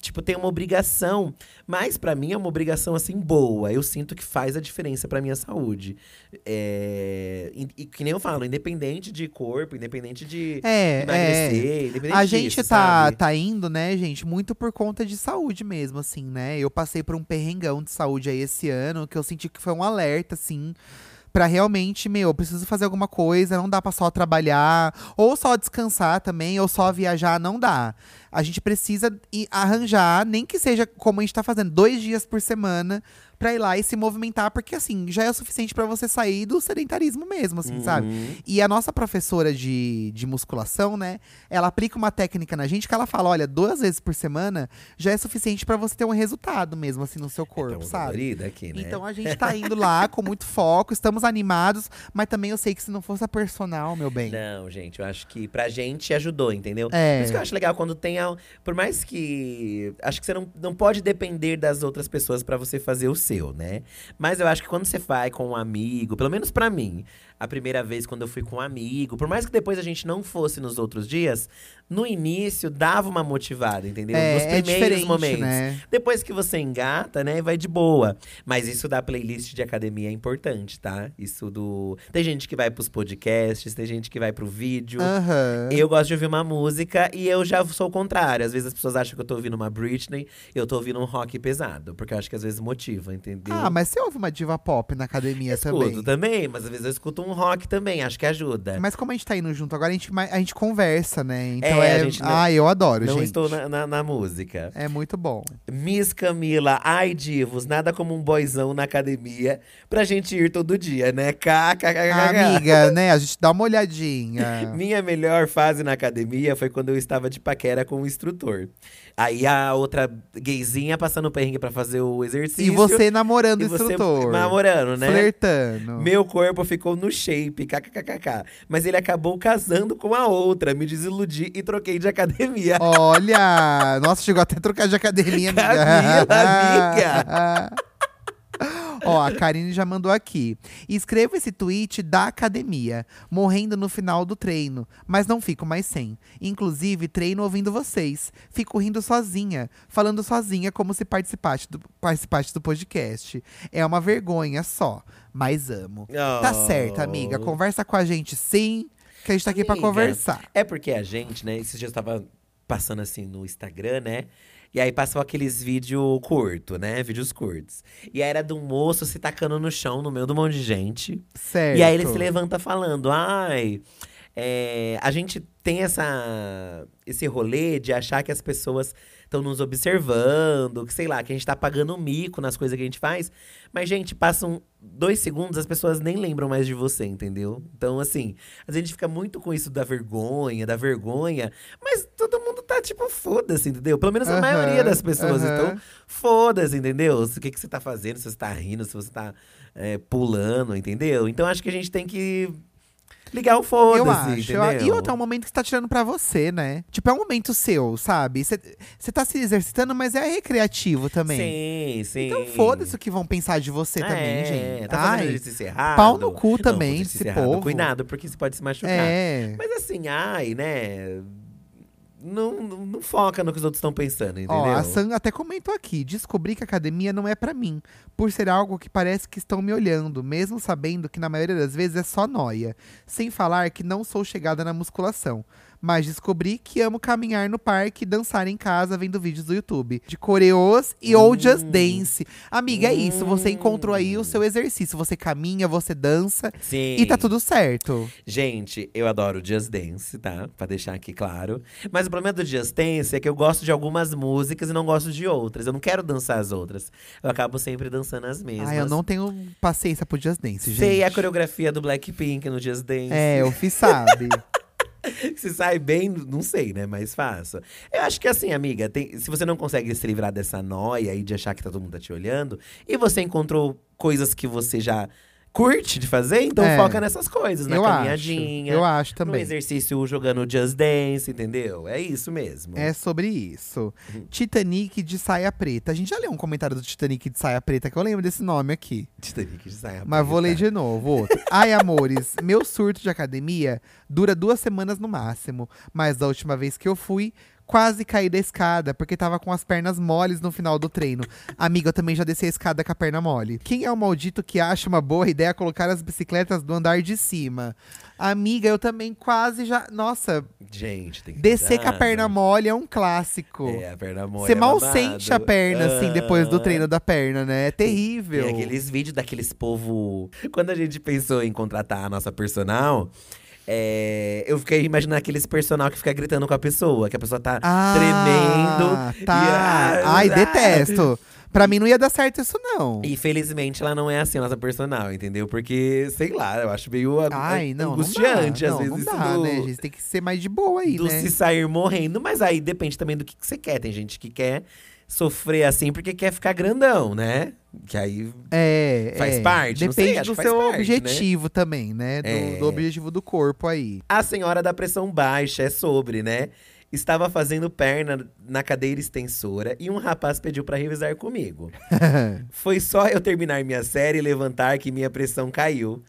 Speaker 2: tipo, tem uma obrigação mas pra mim é uma obrigação assim boa. Eu sinto que faz a diferença pra minha saúde. É, E, e que nem eu falo, independente de corpo, independente de
Speaker 1: É, é.
Speaker 2: emagrecer, independente
Speaker 1: A gente
Speaker 2: disso,
Speaker 1: tá,
Speaker 2: sabe?
Speaker 1: tá indo, né, gente, muito por conta de saúde mesmo, assim, né? Eu passei por um perrengão de saúde aí esse ano, que eu senti que foi um alerta, assim, Pra realmente, meu, eu preciso fazer alguma coisa, não dá pra só trabalhar, ou só descansar também, ou só viajar, não dá. A gente precisa i- arranjar, nem que seja como a gente tá fazendo, dois dias por semana pra ir lá e se movimentar, porque assim, já é o suficiente pra você sair do sedentarismo mesmo, assim, sabe?
Speaker 2: Uhum.
Speaker 1: E a nossa professora de, de musculação, né? Ela aplica uma técnica na gente que ela fala: olha, duas vezes por semana já é suficiente pra você ter um resultado mesmo, assim, no seu corpo,
Speaker 2: Então,
Speaker 1: sabe?
Speaker 2: dolorida aqui, né?
Speaker 1: Então a gente tá indo lá com muito foco, estamos animados, mas também eu sei que se não fosse a personal, meu bem.
Speaker 2: Não, gente, eu acho que pra gente ajudou, entendeu?
Speaker 1: É.
Speaker 2: Por isso que eu acho legal quando tem. al- Por mais que. Acho que você não, não pode depender das outras pessoas pra você fazer o seu, né? Mas eu acho que quando você vai com um amigo, pelo menos pra mim, a primeira vez quando eu fui com um amigo, por mais que depois a gente não fosse nos outros dias, no início dava uma motivada, entendeu?
Speaker 1: É,
Speaker 2: nos
Speaker 1: é
Speaker 2: primeiros
Speaker 1: diferente,
Speaker 2: momentos.
Speaker 1: né?
Speaker 2: Depois que você engata, né, vai de boa. Mas isso da playlist de academia é importante, tá? Isso do. Tem gente que vai pros podcasts, tem gente que vai pro vídeo.
Speaker 1: Ah. Aham.
Speaker 2: Eu gosto de ouvir uma música e eu já sou o contrário. Às vezes as pessoas acham que eu tô ouvindo uma Britney, eu tô ouvindo um rock pesado. Porque eu acho que às vezes motiva, entendeu?
Speaker 1: Ah, mas você ouve uma diva pop na academia também.
Speaker 2: Escuto tá mas às vezes eu escuto um rock também, acho que ajuda.
Speaker 1: Mas como a gente tá indo junto agora, a gente, ma- a gente conversa, né? Então é.
Speaker 2: a gente não-
Speaker 1: ah, eu adoro,
Speaker 2: Não
Speaker 1: gente.
Speaker 2: estou na, na- na música.
Speaker 1: É muito bom.
Speaker 2: Miss Camila, ai divos, nada como um boizão na academia pra gente ir todo dia, né? KKKK.
Speaker 1: Amiga, né? A gente dá uma olhadinha.
Speaker 2: Minha melhor fase na academia foi quando eu estava de paquera com o instrutor. Aí a outra gayzinha passando o perrengue pra fazer o exercício.
Speaker 1: E você namorando
Speaker 2: e
Speaker 1: o
Speaker 2: você
Speaker 1: instrutor.
Speaker 2: namorando, né?
Speaker 1: Flertando.
Speaker 2: Meu corpo ficou no shape, kkkk. Mas ele acabou casando com a outra, me desiludi e troquei de academia.
Speaker 1: Olha! Nossa, chegou até a trocar de academia, amiga.
Speaker 2: Camila,
Speaker 1: [laughs] Ó, a Karine já mandou aqui. Escrevo esse tweet da academia, morrendo no final do treino, mas não fico mais sem. Inclusive, treino ouvindo vocês. Fico rindo sozinha, falando sozinha como se participasse do, participasse do podcast. É uma vergonha só, mas amo. Tá
Speaker 2: Oh.
Speaker 1: certo, amiga. Conversa com a gente sim, que a gente tá aqui pra
Speaker 2: Amiga,
Speaker 1: conversar.
Speaker 2: É porque a gente, né? Esses dias eu tava passando assim no Instagram, né? E aí passou aqueles vídeos curto, né? Vídeos curtos. E aí era de um moço se tacando no chão, no meio de um monte de gente.
Speaker 1: Certo.
Speaker 2: E aí ele se levanta falando, ai. é, a gente tem essa, esse rolê de achar que as pessoas estão nos observando, que sei lá, que a gente tá pagando mico nas coisas que a gente faz. Mas, gente, passam dois segundos, as pessoas nem lembram mais de você, entendeu? Então, assim, a gente fica muito com isso da vergonha, da vergonha, mas todo mundo tá tipo, foda-se, entendeu? Pelo menos a
Speaker 1: Aham,
Speaker 2: maioria das pessoas.
Speaker 1: aham.
Speaker 2: Então, foda-se, entendeu? O que, que você tá fazendo, se você tá rindo, se você tá é, pulando, entendeu? Então acho que a gente tem que ligar o
Speaker 1: Eu
Speaker 2: foda-se,
Speaker 1: acho.
Speaker 2: entendeu?
Speaker 1: eu- e outro, é um momento que você tá tirando pra você, né? Tipo, é um momento seu, sabe? Você você tá se exercitando, mas é recreativo também.
Speaker 2: Sim, sim.
Speaker 1: Então foda-se o que vão pensar de você também,
Speaker 2: é,
Speaker 1: gente.
Speaker 2: Tá fazendo
Speaker 1: Ai,
Speaker 2: exercício errado.
Speaker 1: pau no cu também,
Speaker 2: não, exercício
Speaker 1: esse
Speaker 2: errado,
Speaker 1: povo.
Speaker 2: Cuidado, porque você pode se machucar.
Speaker 1: é.
Speaker 2: Mas assim, ai, né… Não, não, não foca no que os outros estão pensando, entendeu?
Speaker 1: Ó, a Sam até comentou aqui: descobri que a academia não é pra mim, por ser algo que parece que estão me olhando, mesmo sabendo que na maioria das vezes é só noia. Sem falar que não sou chegada na musculação. Mas descobri que amo caminhar no parque e dançar em casa vendo vídeos do YouTube. De coreôs
Speaker 2: Hum.
Speaker 1: e ou just dance. Amiga, é isso. Você encontrou aí o seu exercício. Você caminha, você dança
Speaker 2: Sim.
Speaker 1: e tá tudo certo.
Speaker 2: Gente, eu adoro o Just Dance, tá? Pra deixar aqui claro. Mas o problema do Just Dance é que eu gosto de algumas músicas e não gosto de outras. Eu não quero dançar as outras. Eu acabo sempre dançando as mesmas.
Speaker 1: Ai, eu não tenho paciência pro just dance, gente.
Speaker 2: assim. Sei é a coreografia do Blackpink no Just Dance.
Speaker 1: É, eu fiz, sabe?
Speaker 2: [laughs] Se sai bem, não sei, né? Mas faça. Eu acho que assim, amiga, tem- se você não consegue se livrar dessa noia aí de achar que tá todo mundo tá te olhando, e você encontrou coisas que você já curte de fazer, então
Speaker 1: É.
Speaker 2: foca nessas coisas, na
Speaker 1: eu acho.
Speaker 2: caminhadinha.
Speaker 1: Eu acho
Speaker 2: No
Speaker 1: também.
Speaker 2: exercício jogando Just Dance, entendeu? É isso mesmo.
Speaker 1: É sobre isso. Titanic de saia preta. A gente já leu um comentário do Titanic de saia preta, que eu lembro desse nome aqui.
Speaker 2: Titanic de saia
Speaker 1: Mas vou ler
Speaker 2: preta.
Speaker 1: de novo. outro. Ai, amores, [laughs] meu surto de academia dura duas semanas no máximo. Mas da última vez que eu fui, Quase caí da escada, porque tava com as pernas moles no final do treino. Amiga, eu também já desci a escada com a perna mole. Quem é o maldito que acha uma boa ideia colocar as bicicletas do andar de cima? Amiga, eu também quase já. Nossa,
Speaker 2: Gente, tem que
Speaker 1: descer
Speaker 2: cuidar,
Speaker 1: com a perna
Speaker 2: né?
Speaker 1: mole é um clássico.
Speaker 2: É, a perna mole.
Speaker 1: Você
Speaker 2: é
Speaker 1: mal
Speaker 2: babado.
Speaker 1: sente a perna, assim, depois do
Speaker 2: Ah.
Speaker 1: treino da perna, né? É terrível.
Speaker 2: Tem aqueles vídeos daqueles povo. Quando a gente pensou em contratar a nossa personal, é, eu fiquei imaginando aqueles personal que fica gritando com a pessoa, que a pessoa tá
Speaker 1: Ah,
Speaker 2: tremendo.
Speaker 1: Tá.
Speaker 2: e, ah,
Speaker 1: Ai,
Speaker 2: ah.
Speaker 1: detesto. Pra mim não ia dar certo isso, não.
Speaker 2: E felizmente ela não é assim, a nossa personal, entendeu? Porque, sei lá, eu acho meio a-
Speaker 1: Ai, não,
Speaker 2: angustiante,
Speaker 1: não dá.
Speaker 2: às
Speaker 1: não,
Speaker 2: vezes.
Speaker 1: Não dá,
Speaker 2: isso do-
Speaker 1: né, gente? Tem que ser mais de boa aí,
Speaker 2: do
Speaker 1: né?
Speaker 2: se sair morrendo, mas aí depende também do que que você quer. Tem gente que quer sofrer assim porque quer ficar grandão, né? Que aí
Speaker 1: É,
Speaker 2: Faz
Speaker 1: é.
Speaker 2: parte, não sei,
Speaker 1: Depende
Speaker 2: acho
Speaker 1: do
Speaker 2: que faz
Speaker 1: seu
Speaker 2: parte, né?
Speaker 1: objetivo também, né? Do,
Speaker 2: É.
Speaker 1: do objetivo do corpo aí.
Speaker 2: a senhora da pressão baixa é sobre, né? Estava fazendo perna na cadeira extensora e um rapaz pediu pra
Speaker 1: [laughs]
Speaker 2: revisar comigo. Foi só eu terminar minha série e levantar que minha pressão caiu.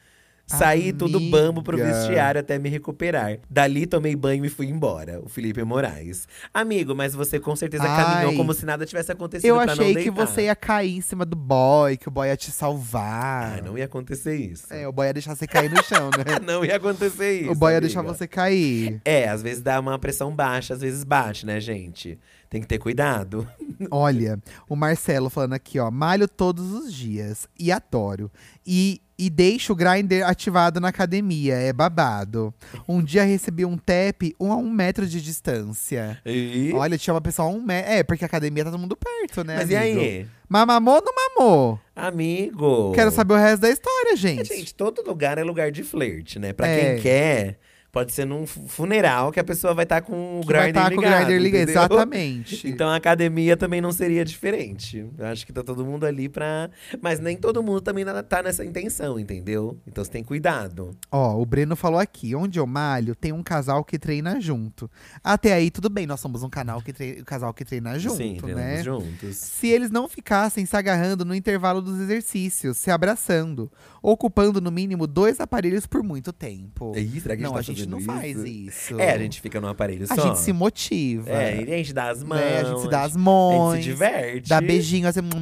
Speaker 2: Saí tudo
Speaker 1: Amiga.
Speaker 2: bambo pro vestiário até me recuperar. Dali tomei banho e fui embora. O Felipe Moraes. Amigo, mas você com certeza
Speaker 1: Ai.
Speaker 2: caminhou como se nada tivesse acontecido
Speaker 1: Eu
Speaker 2: pra não
Speaker 1: achei que
Speaker 2: deitar.
Speaker 1: você ia cair em cima do boy, que o boy ia te salvar.
Speaker 2: Ah, não ia acontecer isso.
Speaker 1: É, o boy ia deixar você cair no chão, né?
Speaker 2: Ah, não ia acontecer [laughs] isso.
Speaker 1: o boy ia
Speaker 2: amiga.
Speaker 1: deixar você cair.
Speaker 2: É, às vezes dá uma pressão baixa, às vezes bate, né, gente? Tem que ter cuidado.
Speaker 1: Olha, o Marcelo falando aqui, ó. Malho todos os dias e adoro. E, e deixo o grinder ativado na academia, é babado. Um dia recebi um tap um a um metro de distância.
Speaker 2: E-
Speaker 1: Olha, tinha uma pessoa a um metro. É, porque a academia tá todo mundo perto, né?
Speaker 2: Mas e
Speaker 1: amigo?
Speaker 2: aí?
Speaker 1: Mas mamou ou não mamou?
Speaker 2: Amigo.
Speaker 1: Quero saber o resto da história,
Speaker 2: É,
Speaker 1: gente.
Speaker 2: Gente, todo lugar é lugar de flerte, né? Pra
Speaker 1: É.
Speaker 2: quem quer, pode ser num fu- funeral que a pessoa vai estar com o
Speaker 1: Que vai
Speaker 2: grinder
Speaker 1: tá
Speaker 2: ligado.
Speaker 1: com o grinder ligado.
Speaker 2: entendeu? [laughs]
Speaker 1: Exatamente.
Speaker 2: Então a academia também não seria diferente. Eu acho que tá todo mundo ali pra. Mas nem todo mundo também na- tá nessa intenção, entendeu? Então você tem cuidado.
Speaker 1: Ó, o Breno falou aqui, onde eu malho, tem um casal que treina junto. Até aí, tudo bem, nós somos um canal que treina, casal que treina junto,
Speaker 2: Sim, treinamos
Speaker 1: né?
Speaker 2: juntos.
Speaker 1: Se eles não ficassem se agarrando no intervalo dos exercícios, se abraçando, ocupando no mínimo dois aparelhos por muito tempo.
Speaker 2: Ih, será que
Speaker 1: não,
Speaker 2: tá
Speaker 1: a gente
Speaker 2: fazendo
Speaker 1: não faz isso.
Speaker 2: É, a gente fica num aparelho
Speaker 1: A
Speaker 2: só.
Speaker 1: gente se motiva.
Speaker 2: É, e a gente dá as mãos.
Speaker 1: né? A gente se dá as
Speaker 2: a gente
Speaker 1: mãos.
Speaker 2: se diverte.
Speaker 1: Dá beijinho assim, "Mua,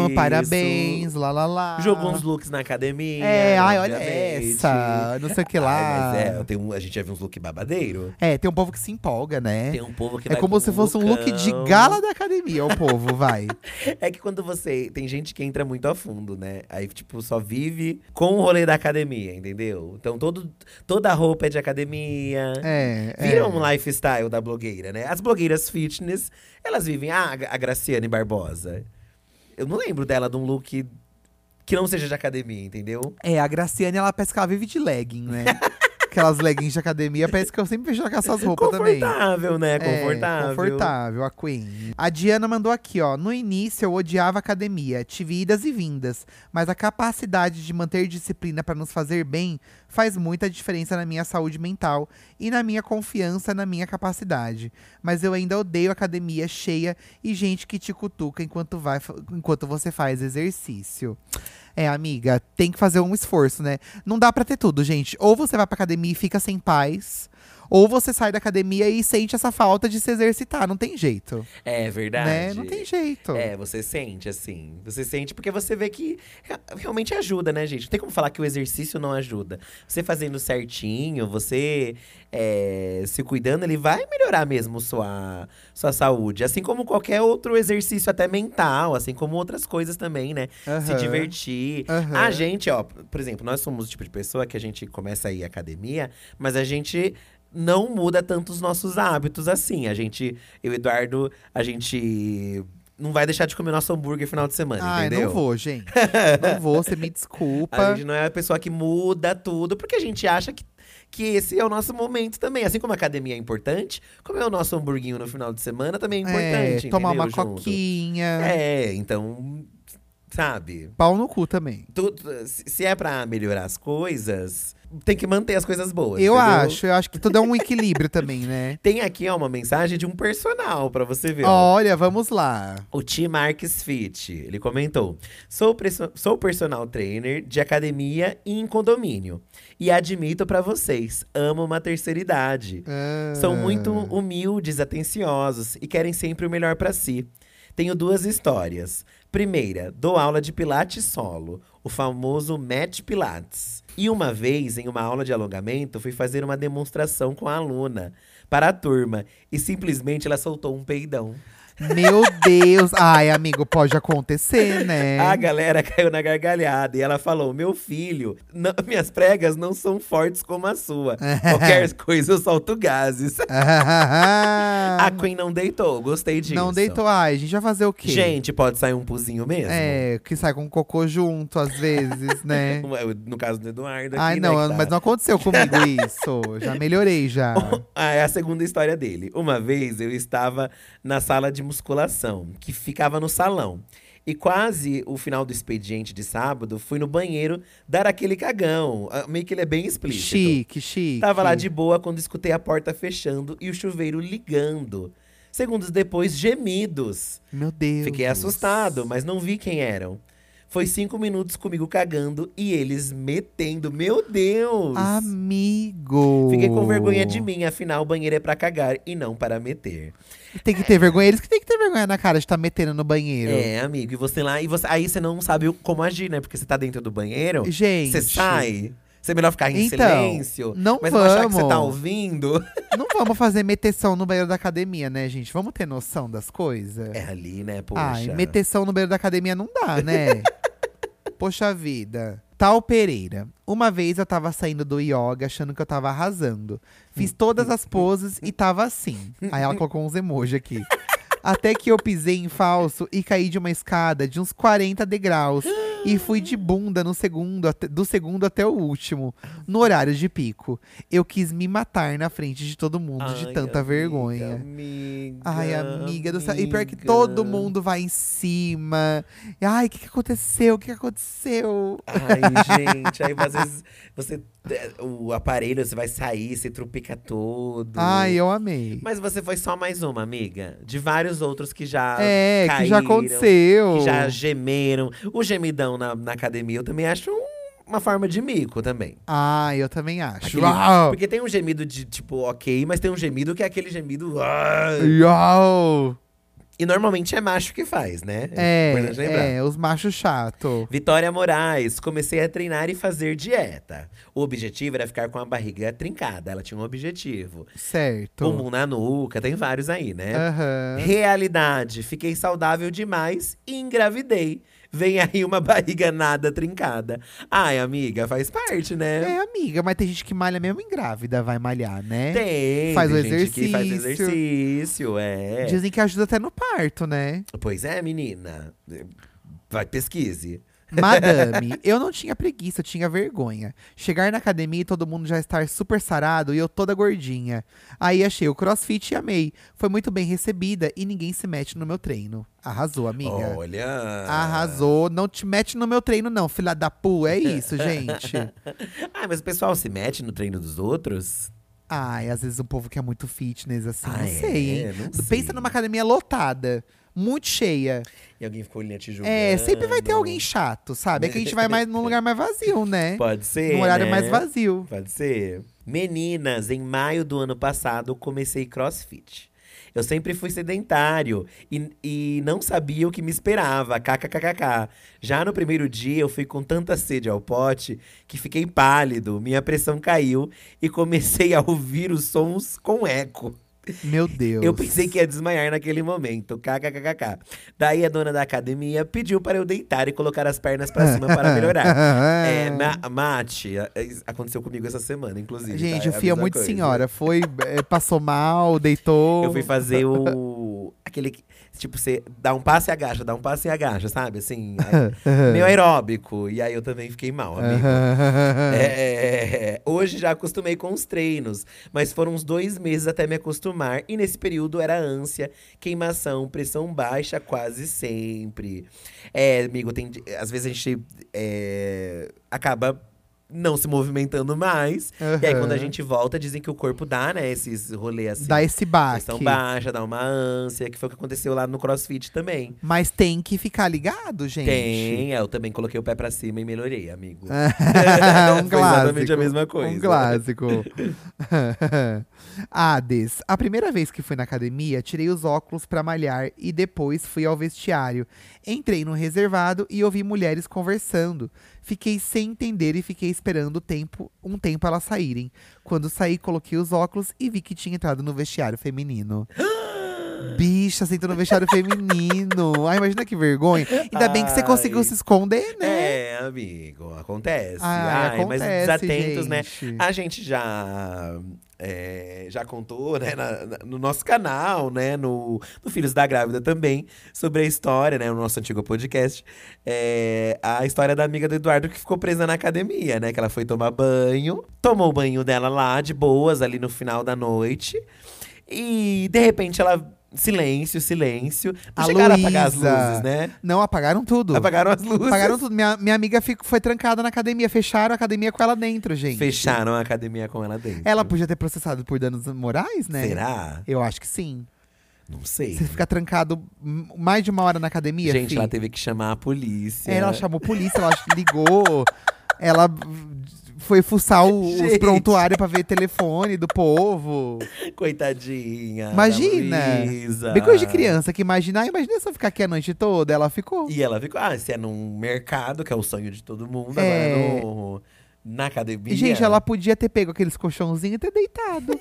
Speaker 1: mua,
Speaker 2: Isso.
Speaker 1: parabéns, lá lá lá.
Speaker 2: Jogou uns looks na academia.
Speaker 1: É, ai, olha
Speaker 2: obviamente.
Speaker 1: essa, não sei o que lá.
Speaker 2: Ai, mas é, eu tenho, um- a gente já viu uns look babadeiro.
Speaker 1: É, tem um povo que se empolga, né?
Speaker 2: Tem um povo que
Speaker 1: é
Speaker 2: vai
Speaker 1: como
Speaker 2: com
Speaker 1: se fosse um look de
Speaker 2: lookão.
Speaker 1: gala da academia, o povo, vai. [laughs]
Speaker 2: É que quando você. Tem gente que entra muito a fundo, né? Aí, tipo, só vive com o rolê da academia, entendeu? Então, todo, toda a roupa é de academia.
Speaker 1: É. é.
Speaker 2: Viram um lifestyle da blogueira, né? As blogueiras fitness, elas vivem. Ah, a Gra- a Graciane Barbosa. Eu não lembro dela de um look que não seja de academia, entendeu?
Speaker 1: É, a Graciane, ela parece que ela vive de legging, né? [laughs] Aquelas leggings de academia, parece que eu sempre vejo ela com essas roupas também.
Speaker 2: confortável, né?
Speaker 1: É,
Speaker 2: Confortável.
Speaker 1: confortável, a Queen. A Diana mandou aqui, ó. No início eu odiava academia, tive idas e vindas, mas a capacidade de manter disciplina pra nos fazer bem faz muita diferença na minha saúde mental e na minha confiança na minha capacidade. Mas eu ainda odeio academia cheia e gente que te cutuca enquanto, vai, fa- enquanto você faz exercício. É, amiga, tem que fazer um esforço, né? Não dá pra ter tudo, gente. Ou você vai pra academia e fica sem paz, ou você sai da academia e sente essa falta de se exercitar. Não tem jeito.
Speaker 2: É verdade.
Speaker 1: Né? Não tem jeito.
Speaker 2: É, você sente, assim. Você sente porque você vê que rea- realmente ajuda, né, gente? Não tem como falar que o exercício não ajuda. Você fazendo certinho, você é, se cuidando, ele vai melhorar mesmo sua, sua saúde. Assim como qualquer outro exercício, até mental, assim como outras coisas também, né? Se
Speaker 1: Aham.
Speaker 2: divertir. Ah,
Speaker 1: Aham.
Speaker 2: A gente, ó, por exemplo, nós somos o tipo de pessoa que a gente começa a ir à academia, mas a gente não muda tanto os nossos hábitos assim. A gente, eu e o Eduardo, a gente não vai deixar de comer nosso hambúrguer final de semana,
Speaker 1: Ai,
Speaker 2: entendeu?
Speaker 1: não vou,
Speaker 2: [laughs]
Speaker 1: gente. não vou, você me
Speaker 2: A
Speaker 1: desculpa.
Speaker 2: gente não é a pessoa que muda tudo, porque a gente acha que, que esse é o nosso momento também. Assim como a academia é importante, comer o nosso hamburguinho no final de semana também é importante.
Speaker 1: É, tomar
Speaker 2: entendeu?
Speaker 1: uma
Speaker 2: Junto.
Speaker 1: coquinha.
Speaker 2: É, então. sabe?
Speaker 1: Pau no cu também.
Speaker 2: Tudo, se se é pra melhorar as coisas, tem que manter as coisas boas.
Speaker 1: eu
Speaker 2: entendeu?
Speaker 1: acho, eu acho que tudo é um equilíbrio também, né?
Speaker 2: Tem aqui, ó, uma mensagem de um personal pra você ver. ó.
Speaker 1: Olha, vamos lá.
Speaker 2: O T. Marques Fit, ele comentou: sou, preso- sou personal trainer de academia e em condomínio. E admito pra vocês, amo uma terceira idade.
Speaker 1: Ah.
Speaker 2: São muito humildes, atenciosos e querem sempre o melhor pra si. Tenho duas histórias. Primeira, dou aula de pilates solo, o famoso match pilates. E uma vez, em uma aula de alongamento, fui fazer uma demonstração com a aluna para a turma e simplesmente ela soltou um peidão.
Speaker 1: Meu Deus. Ai, amigo, pode acontecer, né? [laughs]
Speaker 2: A galera [laughs] caiu na gargalhada e ela falou: Meu filho, não- [laughs] minhas pregas não são fortes como a
Speaker 1: [laughs]
Speaker 2: sua.
Speaker 1: É.
Speaker 2: Qualquer coisa eu solto gases. A Queen não deitou, gostei disso.
Speaker 1: Ah, Não deitou. Ai, a gente vai fazer o quê?
Speaker 2: Gente, pode sair um puzinho mesmo?
Speaker 1: É, que sai com cocô junto às vezes,
Speaker 2: [laughs]
Speaker 1: né?
Speaker 2: No caso do Eduardo. Aqui,
Speaker 1: Ai,
Speaker 2: né,
Speaker 1: não,
Speaker 2: que tá- [laughs]
Speaker 1: mas não aconteceu comigo isso. Já melhorei já.
Speaker 2: Ah, é a segunda história dele. Uma vez eu estava na sala de musculação, que ficava no salão. E quase o final do expediente de sábado, fui no banheiro dar aquele cagão. Ah, Meio que ele é bem explícito.
Speaker 1: Chique, chique.
Speaker 2: Tava lá de boa quando escutei a porta fechando e o chuveiro ligando. Segundos depois, gemidos.
Speaker 1: Meu Deus.
Speaker 2: Fiquei assustado, mas não vi quem eram. Foi cinco minutos comigo cagando e eles metendo. Meu Deus!
Speaker 1: Amigo.
Speaker 2: Fiquei com vergonha de mim, afinal o banheiro é pra cagar e não para meter.
Speaker 1: Tem que ter vergonha. Eles que tem que ter vergonha na cara de estar metendo no banheiro.
Speaker 2: É, amigo, e você lá, e você, aí você não sabe o- como agir, né? Porque você tá dentro do banheiro,
Speaker 1: Gente.
Speaker 2: você sai, você é melhor ficar em
Speaker 1: Então,
Speaker 2: silêncio,
Speaker 1: não
Speaker 2: mas não achar que você tá
Speaker 1: vamos.
Speaker 2: ouvindo.
Speaker 1: Não vamos fazer meteção no banheiro da academia, né, gente? Vamos ter noção das coisas?
Speaker 2: É ali, né, poxa.
Speaker 1: Ai, meteção no banheiro da academia não dá,
Speaker 2: [laughs]
Speaker 1: né? Poxa vida. Tal Pereira. Uma vez eu tava saindo do yoga achando que eu tava arrasando. Fiz todas as poses e tava assim. Aí ela colocou uns emojis aqui. Até que eu pisei em falso e caí de uma escada de uns 40 degraus. E fui de bunda no segundo, até- do segundo até o último, no horário de pico. Eu quis me matar na frente de todo mundo, de
Speaker 2: Ai,
Speaker 1: tanta
Speaker 2: amiga,
Speaker 1: vergonha.
Speaker 2: Amiga,
Speaker 1: Ai, amiga do céu. E pior que todo
Speaker 2: amiga.
Speaker 1: mundo vai em cima. Ai, o que, que aconteceu? O que, que aconteceu? [laughs]
Speaker 2: Ai, gente, aí às vezes você. é, O aparelho, você vai sair, se trupica todo.
Speaker 1: Ai, eu amei.
Speaker 2: Mas você foi só mais uma, amiga. De vários outros que já.
Speaker 1: é, que já
Speaker 2: caíram,
Speaker 1: aconteceu.
Speaker 2: Que já gemeram. O gemidão na, na academia eu também acho um- uma forma de mico também.
Speaker 1: Ai, eu também acho.
Speaker 2: Aquele-
Speaker 1: Uau!
Speaker 2: Porque tem um gemido de tipo, ok, mas tem um gemido que é aquele gemido. "Ah".
Speaker 1: Uau!
Speaker 2: E normalmente é macho que faz, né?
Speaker 1: É,
Speaker 2: importante lembrar.
Speaker 1: é, os machos chato.
Speaker 2: Vitória Moraes, comecei a treinar e fazer dieta. O objetivo era ficar com a barriga trincada, ela tinha um objetivo.
Speaker 1: Certo.
Speaker 2: Comum na nuca, tem vários aí, né?
Speaker 1: Aham.
Speaker 2: Realidade, fiquei saudável demais e engravidei. Vem aí uma [laughs] barriga nada trincada. Ai, amiga, faz parte, né?
Speaker 1: É, amiga, mas tem gente que malha mesmo em grávida, vai malhar, né?
Speaker 2: Tem,
Speaker 1: Faz
Speaker 2: tem
Speaker 1: o
Speaker 2: gente que faz
Speaker 1: exercício.
Speaker 2: exercício, é.
Speaker 1: Dizem que ajuda até no parto, né?
Speaker 2: Pois é, menina. Vai, pesquise.
Speaker 1: Madame, [laughs] eu não tinha preguiça, eu tinha vergonha. Chegar na academia e todo mundo já estar super sarado e eu toda gordinha. Aí achei o crossfit e amei. Foi muito bem recebida e ninguém se mete no meu treino. Arrasou, amiga.
Speaker 2: Olha. [laughs]
Speaker 1: Arrasou. Não te mete no meu treino, não, filha da pu. É
Speaker 2: [laughs]
Speaker 1: isso, gente.
Speaker 2: Ah, mas o pessoal se mete no treino dos outros?
Speaker 1: Ai, às vezes o povo que é muito fitness, assim,
Speaker 2: Ah,
Speaker 1: não
Speaker 2: é?
Speaker 1: sei, hein?
Speaker 2: Não
Speaker 1: Pensa
Speaker 2: sei.
Speaker 1: numa academia lotada. Muito cheia.
Speaker 2: E alguém ficou olhando te julgando.
Speaker 1: É, sempre vai ter alguém chato, sabe? É que a gente vai mais
Speaker 2: [laughs]
Speaker 1: num lugar mais vazio, né?
Speaker 2: Pode ser.
Speaker 1: Num horário
Speaker 2: né?
Speaker 1: mais vazio.
Speaker 2: Pode ser. Meninas, em maio do ano passado comecei crossfit. Eu sempre fui sedentário e, e não sabia o que me esperava, kkkk. Já no primeiro dia eu fui com tanta sede ao pote que fiquei pálido, minha pressão caiu e comecei a ouvir os sons com eco.
Speaker 1: Meu Deus.
Speaker 2: Eu pensei que ia desmaiar naquele momento, kkkk. Daí a dona da academia pediu para eu deitar e colocar as pernas para cima
Speaker 1: [laughs]
Speaker 2: para melhorar. É, ma mate, a- isso aconteceu comigo essa semana, inclusive.
Speaker 1: Gente,
Speaker 2: tá?
Speaker 1: o
Speaker 2: a
Speaker 1: Fio é
Speaker 2: mesma
Speaker 1: muito
Speaker 2: coisa.
Speaker 1: senhora. Foi, é, passou mal, deitou.
Speaker 2: Eu fui fazer o. aquele. que- Tipo, você dá um passe e agacha, dá um passe e agacha, sabe?
Speaker 1: [laughs]
Speaker 2: Assim, aí, meio aeróbico. E aí eu também fiquei mal, amigo. É, hoje já acostumei com os treinos, mas foram uns dois meses até me acostumar. E nesse período era ânsia, queimação, pressão baixa quase sempre. É, amigo, tem, di- às vezes a gente é, acaba não se movimentando mais. E aí quando a
Speaker 1: Aham.
Speaker 2: gente volta, dizem que o corpo dá, né, esses rolês assim.
Speaker 1: Dá esse baque.
Speaker 2: Pressão baixa, dá uma ânsia, que foi o que aconteceu lá no CrossFit também.
Speaker 1: Mas tem que ficar ligado, gente. [laughs]
Speaker 2: Tem, [laughs] é, eu também coloquei o pé pra cima e melhorei, amigo.
Speaker 1: É,
Speaker 2: [laughs]
Speaker 1: um
Speaker 2: Foi
Speaker 1: clássico.
Speaker 2: exatamente a mesma coisa.
Speaker 1: Um clássico. [laughs] Hades, a primeira vez que fui na academia, tirei os óculos pra malhar e depois fui ao vestiário. Entrei no reservado e ouvi mulheres conversando. Fiquei sem entender e fiquei esperando o tempo, um tempo elas saírem. Quando saí, coloquei os óculos e vi que tinha entrado no vestiário
Speaker 2: [gasps]
Speaker 1: feminino. Bicha, você entrou no vestiário feminino. Ai, imagina que vergonha. Ainda bem que você conseguiu
Speaker 2: Ai.
Speaker 1: se esconder, né?
Speaker 2: É, amigo, acontece.
Speaker 1: Ah,
Speaker 2: Ai, mas
Speaker 1: acontece,
Speaker 2: desatentos, né?
Speaker 1: gente.
Speaker 2: A gente já é, já contou, né, na- na- no nosso canal, né, no, no Filhos da Grávida também, sobre a história, né, no nosso antigo podcast, é, a história da amiga do Eduardo que ficou presa na academia, né, que ela foi tomar banho, tomou o banho dela lá, de boas, ali no final da noite, e de repente ela… Silêncio, silêncio. Não
Speaker 1: A
Speaker 2: chegaram a apagar as
Speaker 1: Luísa.
Speaker 2: luzes, né?
Speaker 1: Não, apagaram tudo.
Speaker 2: Apagaram as luzes.
Speaker 1: Apagaram tudo. Minha, minha amiga fico- foi trancada na academia. Fecharam a academia com ela dentro, gente.
Speaker 2: Fecharam a academia com ela dentro.
Speaker 1: Ela podia ter processado por danos morais, né?
Speaker 2: Será?
Speaker 1: Eu acho que sim.
Speaker 2: Não sei.
Speaker 1: Você ficar trancado m- mais de uma hora na academia,
Speaker 2: Gente,
Speaker 1: fi. É,
Speaker 2: ela teve que chamar a polícia.
Speaker 1: Ela chamou a polícia, ela [laughs] ligou. Ela foi fuçar o, os
Speaker 2: Gente.
Speaker 1: prontuários pra ver telefone do povo.
Speaker 2: Coitadinha. da
Speaker 1: Imagina.
Speaker 2: Luísa.
Speaker 1: Bem coisa de criança, que imagina, ah, imagina se eu ficar aqui a noite toda. Ela ficou.
Speaker 2: E ela ficou, ah, se é num mercado, que é o sonho de todo mundo,
Speaker 1: É.
Speaker 2: agora no, na academia.
Speaker 1: E, gente, ela podia ter pego aqueles colchãozinhos e ter
Speaker 2: [laughs]
Speaker 1: deitado.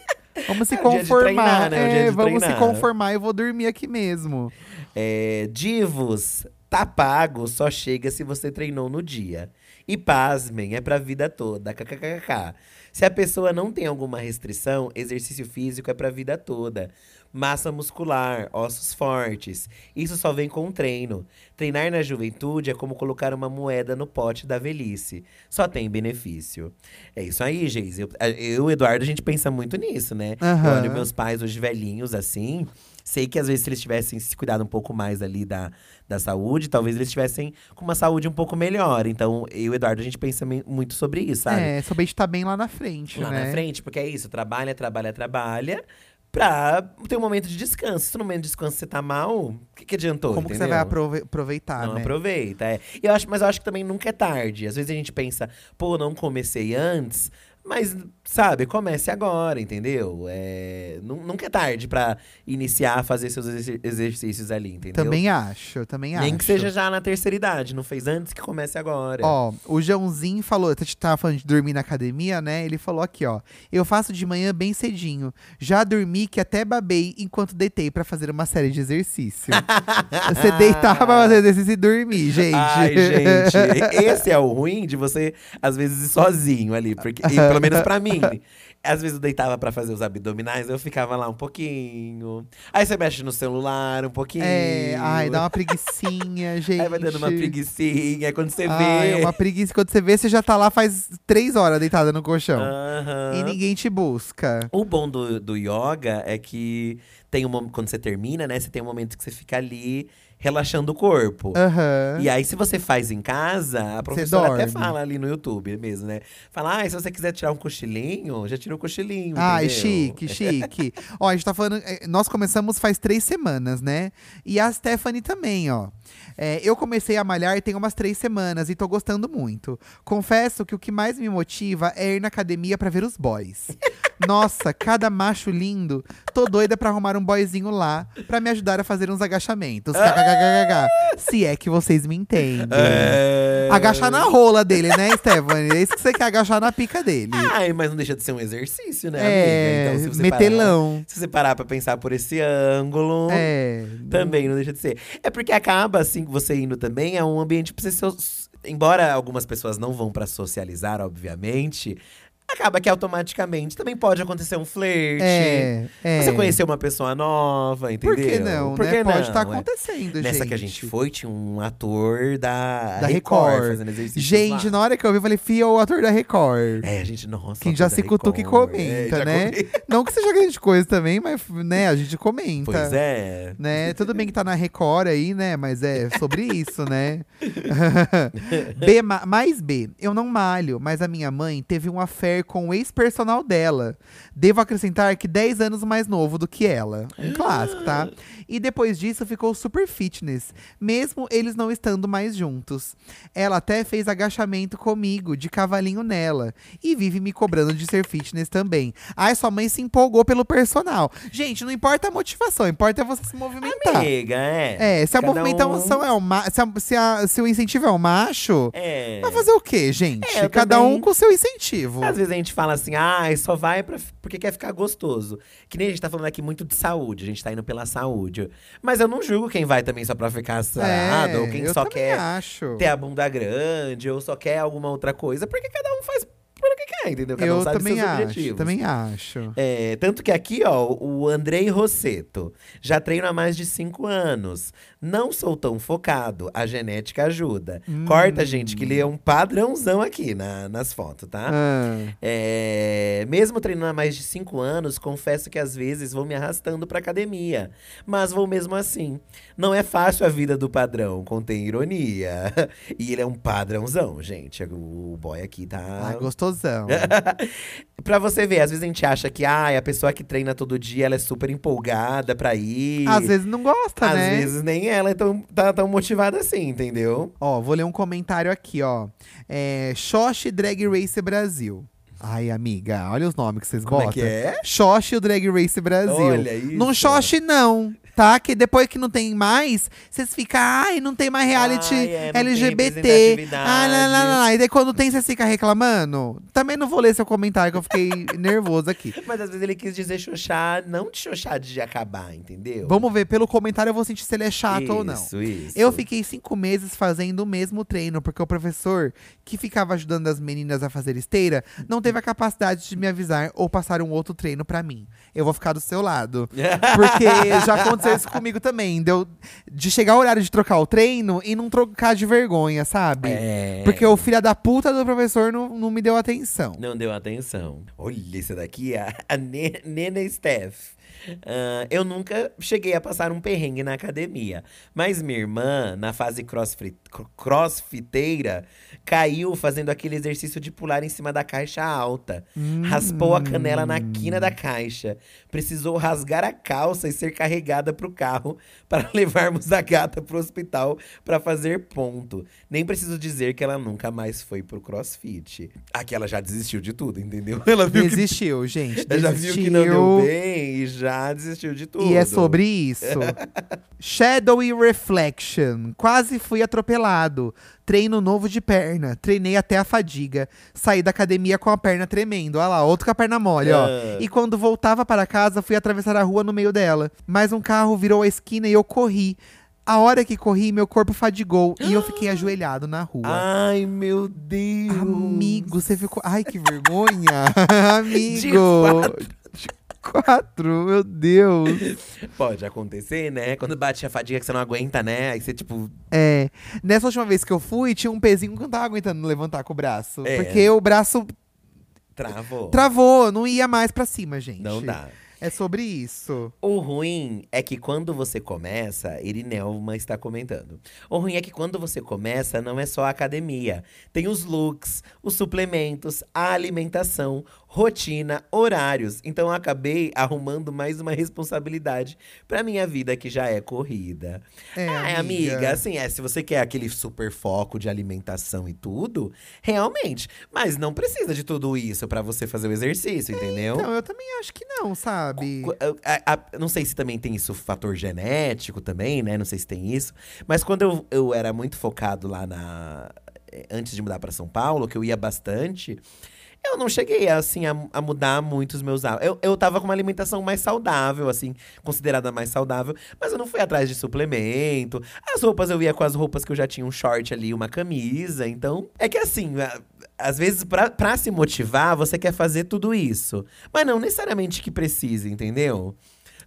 Speaker 1: Vamos se
Speaker 2: É o dia de
Speaker 1: conformar.
Speaker 2: treinar, né? É o dia
Speaker 1: É,
Speaker 2: de
Speaker 1: vamos
Speaker 2: treinar.
Speaker 1: se conformar, eu vou dormir aqui mesmo.
Speaker 2: É, divos, tá pago, só chega se você treinou no dia. E pasmem, é pra vida toda, kkkk. Se a pessoa não tem alguma restrição, exercício físico é pra vida toda. Massa muscular, ossos fortes. Isso só vem com o treino. Treinar na juventude é como colocar uma moeda no pote da velhice. Só tem benefício. É isso aí, Geis. Eu, a- eu Eduardo, a gente pensa muito nisso, né? Eu
Speaker 1: Aham.
Speaker 2: olho meus pais hoje velhinhos, assim. Sei que às vezes se eles tivessem se cuidado um pouco mais ali da, da saúde, talvez eles estivessem com uma saúde um pouco melhor. Então, eu e Eduardo, a gente pensa me- muito sobre isso, sabe?
Speaker 1: É, soube estar bem lá na frente,
Speaker 2: lá
Speaker 1: né?
Speaker 2: na frente, porque é isso, trabalha, trabalha, trabalha, pra ter um momento de descanso. Se no momento de descanso você tá mal, o que, que adiantou?
Speaker 1: Como que você vai
Speaker 2: entendeu?
Speaker 1: aprove- aproveitar,
Speaker 2: não
Speaker 1: né?
Speaker 2: aproveita. é. Eu acho, mas eu acho que também nunca é tarde. Às vezes a gente pensa, pô, não comecei antes. Mas, sabe, comece agora, entendeu? É, nu- nunca é tarde pra iniciar a fazer seus exer- exercícios ali, entendeu?
Speaker 1: Também acho, também acho.
Speaker 2: Nem que seja já na terceira idade, não fez antes que comece agora. [laughs]
Speaker 1: Ó, o Joãozinho falou, a gente tava falando de dormir na academia, né? Ele falou aqui, ó. Eu faço de manhã bem cedinho. Já dormi que até babei enquanto deitei pra fazer uma série de
Speaker 2: [laughs]
Speaker 1: exercício. Você deitar pra fazer exercício e dormir, gente. [laughs]
Speaker 2: Ai, gente, esse é o ruim de você, às vezes, ir sozinho ali. Porque, e pelo menos pra mim. Às vezes eu deitava pra fazer os abdominais, eu ficava lá um pouquinho. Aí você mexe no celular um pouquinho.
Speaker 1: É, ai, dá uma preguiçinha, gente.
Speaker 2: [laughs] Aí vai dando uma preguicinha, aí quando você
Speaker 1: Ai, é
Speaker 2: vê.
Speaker 1: uma preguiça. Quando você vê, você já tá lá faz três horas deitada no colchão.
Speaker 2: Aham.
Speaker 1: E ninguém te busca.
Speaker 2: O bom do, do yoga é que tem um momento, quando você termina, né? Você tem um momento que você fica ali relaxando o corpo.
Speaker 1: Aham.
Speaker 2: E aí, se você faz em casa, a professora até
Speaker 1: É. dorme.
Speaker 2: fala ali no YouTube mesmo, né? Fala, ah, se você quiser tirar um cochilinho, já tira o cochilinho.
Speaker 1: Ai, Ah,
Speaker 2: entendeu?
Speaker 1: é
Speaker 2: [laughs]
Speaker 1: chique, chique. ó, a gente tá falando. eh, Nós começamos faz três semanas, né? E a Stephanie também, ó. É, eu comecei a malhar tem umas três semanas e tô gostando muito. Confesso que o que mais me motiva é ir na academia pra ver os
Speaker 2: [laughs]
Speaker 1: boys. Nossa, cada macho lindo. Tô doida pra arrumar um boyzinho lá pra me ajudar a fazer uns agachamentos.
Speaker 2: Ah!
Speaker 1: KKKKK. Se é que vocês me entendem.
Speaker 2: É...
Speaker 1: Agachar na rola dele, né, Stephanie? É isso que você quer agachar na pica dele.
Speaker 2: Ai, mas não deixa de ser um exercício, né,
Speaker 1: É,
Speaker 2: amiga? Então, se você Parar,
Speaker 1: metelão.
Speaker 2: se você parar pra pensar por esse ângulo.
Speaker 1: É.
Speaker 2: Também não deixa de ser. É porque acaba, assim, você indo também, é um ambiente pra você. so- Embora algumas pessoas não vão pra socializar, obviamente. Acaba que automaticamente também pode acontecer um flerte.
Speaker 1: É, é.
Speaker 2: Você conheceu uma pessoa nova, entendeu?
Speaker 1: Por que não,
Speaker 2: Por
Speaker 1: né?
Speaker 2: que não?
Speaker 1: Pode estar
Speaker 2: é.
Speaker 1: acontecendo, gente.
Speaker 2: Nessa que a gente foi, tinha um ator da,
Speaker 1: Da
Speaker 2: Record,
Speaker 1: Record.
Speaker 2: fazendo exercício.
Speaker 1: Gente, na hora que eu vi, eu falei, Fia, o ator da Record.
Speaker 2: É, a gente, nossa.
Speaker 1: Quem
Speaker 2: ator
Speaker 1: já
Speaker 2: da
Speaker 1: se cutuca e
Speaker 2: Record.
Speaker 1: comenta,
Speaker 2: É, já
Speaker 1: né?
Speaker 2: comenta.
Speaker 1: Não que seja grande coisa também, mas, né, a gente comenta.
Speaker 2: Pois é.
Speaker 1: Né? Tudo bem que tá na Record aí, né? Mas é sobre isso, né? [laughs] B, ma- mais B. Eu não malho, mas a minha mãe teve um affair com o ex-personal dela. Devo acrescentar que 10 anos mais novo do que ela. Um clássico, tá? E depois disso ficou super fitness, mesmo eles não estando mais juntos. Ela até fez agachamento comigo, de cavalinho nela. E vive me cobrando de ser fitness também. Ai, sua mãe se empolgou pelo personal. Gente, não importa a motivação, importa é você se movimentar.
Speaker 2: Amiga, é.
Speaker 1: É, se a
Speaker 2: Cada um
Speaker 1: movimentação é o ma- se, a- se a- se o incentivo é o macho,
Speaker 2: É.
Speaker 1: vai fazer o quê, gente?
Speaker 2: É, eu
Speaker 1: Cada
Speaker 2: também-
Speaker 1: um com seu incentivo.
Speaker 2: Às vezes a gente fala assim, ah, só vai pra, porque quer ficar gostoso. Que nem a gente tá falando aqui muito de saúde, a gente tá indo pela saúde. Mas eu não julgo quem vai também só pra ficar sarado, ou quem
Speaker 1: É, eu
Speaker 2: só
Speaker 1: também
Speaker 2: quer
Speaker 1: acho.
Speaker 2: ter a bunda grande, ou só quer alguma outra coisa, porque cada um faz porque quer, entendeu? Cada
Speaker 1: eu
Speaker 2: um sabe
Speaker 1: também
Speaker 2: seus
Speaker 1: acho,
Speaker 2: objetivos.
Speaker 1: também acho.
Speaker 2: É, tanto que aqui, ó, o Andrei Rosseto. Já treino há mais de cinco anos. Não sou tão focado. A genética ajuda. Corta, gente, que ele
Speaker 1: Hum.
Speaker 2: é um padrãozão aqui na- nas fotos, tá?
Speaker 1: Ah,
Speaker 2: É, mesmo treinando há mais de 5 anos, confesso que às vezes vou me arrastando pra academia. Mas vou mesmo assim. Não é fácil a vida do padrão, contém ironia. [laughs] E ele é um padrãozão, gente. O boy aqui
Speaker 1: ai,
Speaker 2: tá.
Speaker 1: gostosão.
Speaker 2: pra você ver, às vezes a gente acha que ah, a pessoa que treina todo dia ela é super empolgada pra ir.
Speaker 1: Às vezes não gosta,
Speaker 2: Às
Speaker 1: né?
Speaker 2: vezes nem ela é tão, tá tão motivada assim, entendeu?
Speaker 1: Ó, vou ler um comentário aqui, ó. É, Xoxi Drag Race Brasil. Ai, amiga, olha os nomes que vocês
Speaker 2: Como é
Speaker 1: botam.
Speaker 2: que é?
Speaker 1: Xoxi o Drag Race Brasil.
Speaker 2: Olha isso.
Speaker 1: Não xoxe, não, tá? Que depois que não tem mais, vocês ficam, ai, não tem mais reality
Speaker 2: Ai, é, não tem
Speaker 1: LGBT.
Speaker 2: representatividade.
Speaker 1: Ah, lá, lá, lá, lá. E daí quando tem, vocês ficam reclamando? Também não vou ler seu comentário, que eu fiquei [laughs] nervoso aqui.
Speaker 2: Mas às vezes ele quis dizer xoxar, não de xoxar de acabar, entendeu?
Speaker 1: Vamos ver, pelo comentário eu vou sentir se ele é chato ou não.
Speaker 2: Isso, isso. [laughs]
Speaker 1: Eu fiquei cinco meses fazendo o mesmo treino, porque o professor que ficava ajudando as meninas a fazer esteira não teve a capacidade de me avisar ou passar um outro treino pra mim. Eu vou ficar do seu lado.
Speaker 2: É. [laughs]
Speaker 1: Porque já aconteceu isso comigo também. De, eu- de chegar o horário de trocar o treino e não trocar de vergonha, sabe?
Speaker 2: É.
Speaker 1: Porque o filho da puta do professor não, não me deu atenção.
Speaker 2: Não deu atenção. Olha, esse daqui é a Ne- Nena Steph. Ah, eu nunca cheguei a passar um perrengue na academia. Mas minha irmã, na fase crossfit, cro- crossfiteira, caiu fazendo aquele exercício de pular em cima da caixa alta. Raspou a canela na quina da caixa. Precisou rasgar a calça e ser carregada pro carro [laughs] para levarmos a gata pro hospital para fazer ponto. Nem preciso dizer que ela nunca mais foi pro crossfit. Aqui ela já desistiu de tudo, entendeu? [laughs] Ela viu que
Speaker 1: Desistiu, gente. Desistiu.
Speaker 2: ela já viu que não deu bem e já desistiu de tudo.
Speaker 1: E é sobre
Speaker 2: [laughs]
Speaker 1: isso. Shadowy Reflection. Quase fui atropelado. Treino novo de perna. Treinei até a fadiga. Saí da academia com a perna tremendo. Olha lá, outro com a perna mole, ó.
Speaker 2: Ah.
Speaker 1: E quando voltava para casa, fui atravessar a rua no meio dela. Mas um carro virou a esquina e eu corri. A hora que corri, meu corpo fadigou e eu
Speaker 2: [gasps]
Speaker 1: fiquei ajoelhado na rua.
Speaker 2: Ai, meu Deus.
Speaker 1: Amigo, você ficou. Ai, que
Speaker 2: [laughs]
Speaker 1: vergonha! [laughs]
Speaker 2: De
Speaker 1: Amigo! De quatro, meu Deus!
Speaker 2: Pode acontecer, né? Quando bate a fadiga que você não aguenta, né? Aí você, tipo,
Speaker 1: É. Nessa última vez que eu fui, tinha um pezinho que eu não tava aguentando levantar com o braço.
Speaker 2: É.
Speaker 1: Porque o braço
Speaker 2: travou.
Speaker 1: travou, não ia mais pra cima, gente.
Speaker 2: Não dá.
Speaker 1: É sobre isso.
Speaker 2: O ruim é que quando você começa, Irinelma está comentando. O ruim é que quando você começa, não é só a academia. Tem os looks, os suplementos, a alimentação, rotina, horários. Então eu acabei arrumando mais uma responsabilidade pra minha vida que já é corrida.
Speaker 1: É,
Speaker 2: Ai, amiga. assim, é, se você quer aquele super foco de alimentação e tudo, realmente. Mas não precisa de tudo isso pra você fazer o exercício, entendeu?
Speaker 1: Não, eu também acho que não, sabe?
Speaker 2: Qu- a- a- a- não sei se também tem isso, fator genético também, né? Não sei se tem isso. Mas quando eu, eu era muito focado lá na. eh, Antes de mudar pra São Paulo, que eu ia bastante, eu não cheguei assim a, a mudar muito os meus hábitos. Eu, eu tava com uma alimentação mais saudável, assim, considerada mais saudável, mas eu não fui atrás de suplemento. As roupas eu ia com as roupas que eu já tinha um short ali, uma camisa. Então, é que assim, a- às vezes, pra, pra se motivar, você quer fazer tudo isso. Mas não necessariamente que precise, entendeu?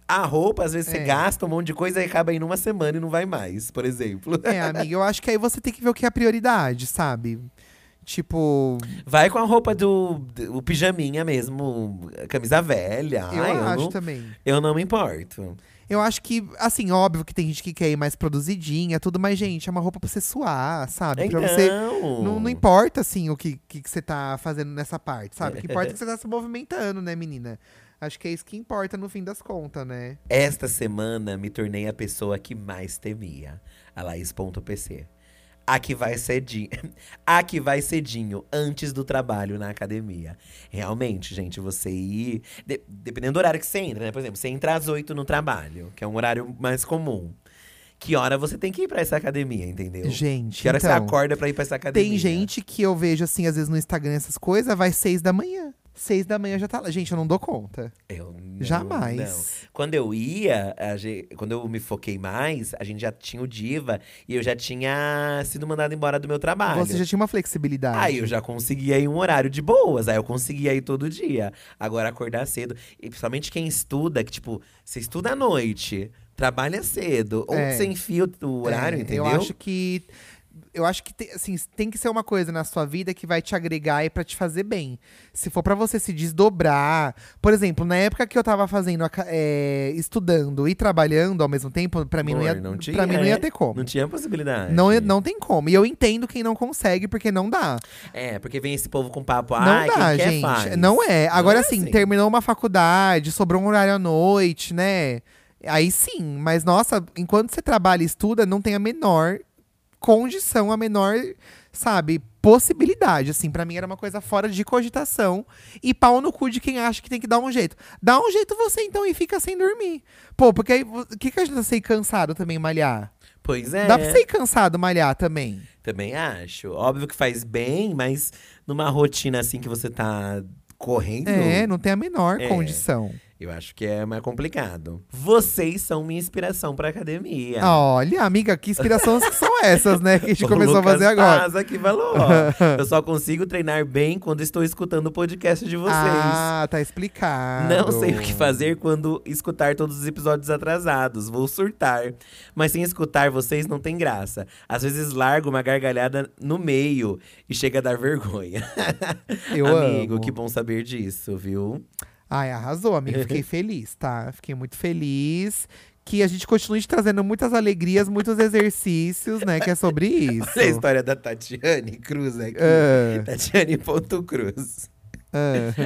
Speaker 2: A roupa, às vezes,
Speaker 1: É.
Speaker 2: você gasta um monte de coisa e acaba indo uma semana e não vai mais,
Speaker 1: [laughs]
Speaker 2: por exemplo.
Speaker 1: É, amiga, eu acho que aí você tem que ver o que é a prioridade, sabe? Tipo,
Speaker 2: Vai com a roupa do. o pijaminha mesmo, camisa velha.
Speaker 1: eu
Speaker 2: Ai,
Speaker 1: acho
Speaker 2: Ah, não,
Speaker 1: também.
Speaker 2: eu não me importo.
Speaker 1: Eu acho que, assim, óbvio que tem gente que quer ir mais produzidinha, tudo, mas, gente, é uma roupa pra você suar, sabe?
Speaker 2: então,
Speaker 1: Pra você. Não, não importa, assim, o que, que, que você tá fazendo nessa parte, sabe? O que importa é que você tá se movimentando, né, menina? Acho que é isso que importa no fim das contas, né?
Speaker 2: Esta semana me tornei a pessoa que mais temia. A Laís.pc. A que vai cedinho. [laughs] A que vai cedinho, antes do trabalho na academia. Realmente, gente, você ir. de- dependendo do horário que você entra, né? Por exemplo, você entra às 8 no trabalho, que é um horário mais comum. Que hora você tem que ir pra essa academia, entendeu?
Speaker 1: Gente,
Speaker 2: é que hora você
Speaker 1: então,
Speaker 2: acorda pra ir pra essa academia?
Speaker 1: tem gente que eu vejo, assim, às vezes no Instagram, essas coisas, vai seis da manhã. Seis da manhã já tá lá. Gente, eu não dou conta.
Speaker 2: Eu não, não.
Speaker 1: Jamais.
Speaker 2: Quando eu ia, a ge- quando eu me foquei mais, a gente já tinha o Diva e eu já tinha sido mandado embora do meu trabalho.
Speaker 1: Você já tinha uma flexibilidade.
Speaker 2: Aí eu já conseguia ir um horário de boas, aí eu conseguia ir todo dia. Agora acordar cedo. E principalmente quem estuda, que tipo, você estuda à noite, trabalha cedo, ou
Speaker 1: É.
Speaker 2: você enfia o- o horário,
Speaker 1: É,
Speaker 2: entendeu?
Speaker 1: Eu acho que. Eu acho que te- assim, tem que ser uma coisa na sua vida que vai te agregar e pra te fazer bem. Se for pra você se desdobrar. Por exemplo, na época que eu tava fazendo, aca- é, estudando e trabalhando ao mesmo tempo, pra mim, não ia,
Speaker 2: Amor, não tinha,
Speaker 1: pra mim não ia
Speaker 2: né?
Speaker 1: ter como.
Speaker 2: Não tinha possibilidade.
Speaker 1: Não, ia- não tem como. E eu entendo quem não consegue, porque não dá.
Speaker 2: É, porque vem esse povo com papo,
Speaker 1: não
Speaker 2: ai,
Speaker 1: dá,
Speaker 2: quem quer
Speaker 1: gente.
Speaker 2: faz.
Speaker 1: Não é. Agora,
Speaker 2: é
Speaker 1: assim,
Speaker 2: assim.
Speaker 1: terminou uma faculdade, sobrou um horário à noite, né? Aí sim, mas nossa, enquanto você trabalha e estuda, não tem a menor condição, a menor, sabe, possibilidade. Assim, pra mim era uma coisa fora de cogitação. E pau no cu de quem acha que tem que dar um jeito. Dá um jeito você, então, e fica sem dormir. Pô, porque aí, o que que ajuda você ir cansado também malhar?
Speaker 2: Pois é.
Speaker 1: Dá pra você ir cansado malhar também.
Speaker 2: Também acho. Óbvio que faz bem, mas numa rotina assim que você tá correndo,
Speaker 1: É, não tem a menor
Speaker 2: É.
Speaker 1: condição.
Speaker 2: eu acho que é mais complicado. Vocês são minha inspiração pra academia.
Speaker 1: Olha, amiga, que inspirações que são essas, né? Que Ah, a gente
Speaker 2: O
Speaker 1: começou a
Speaker 2: Lucas ah,
Speaker 1: fazer agora.
Speaker 2: Pazza que falou, ó,
Speaker 1: [laughs]
Speaker 2: eu só consigo treinar bem quando estou escutando o podcast de vocês.
Speaker 1: Ah, tá explicado.
Speaker 2: Não sei o que fazer quando escutar todos os episódios atrasados. Vou surtar. Mas sem escutar vocês não tem graça. Às vezes largo uma gargalhada no meio e chega a dar vergonha.
Speaker 1: Eu
Speaker 2: Amigo,
Speaker 1: amo.
Speaker 2: que bom saber disso, viu?
Speaker 1: Ai, arrasou, amiga.
Speaker 2: [laughs]
Speaker 1: Fiquei feliz, tá? Fiquei muito feliz. Que a gente continue te trazendo muitas alegrias, muitos exercícios, né? Que é sobre isso.
Speaker 2: Olha a história da Tatiane Cruz aqui.
Speaker 1: Ah.
Speaker 2: Tatiane.cruz.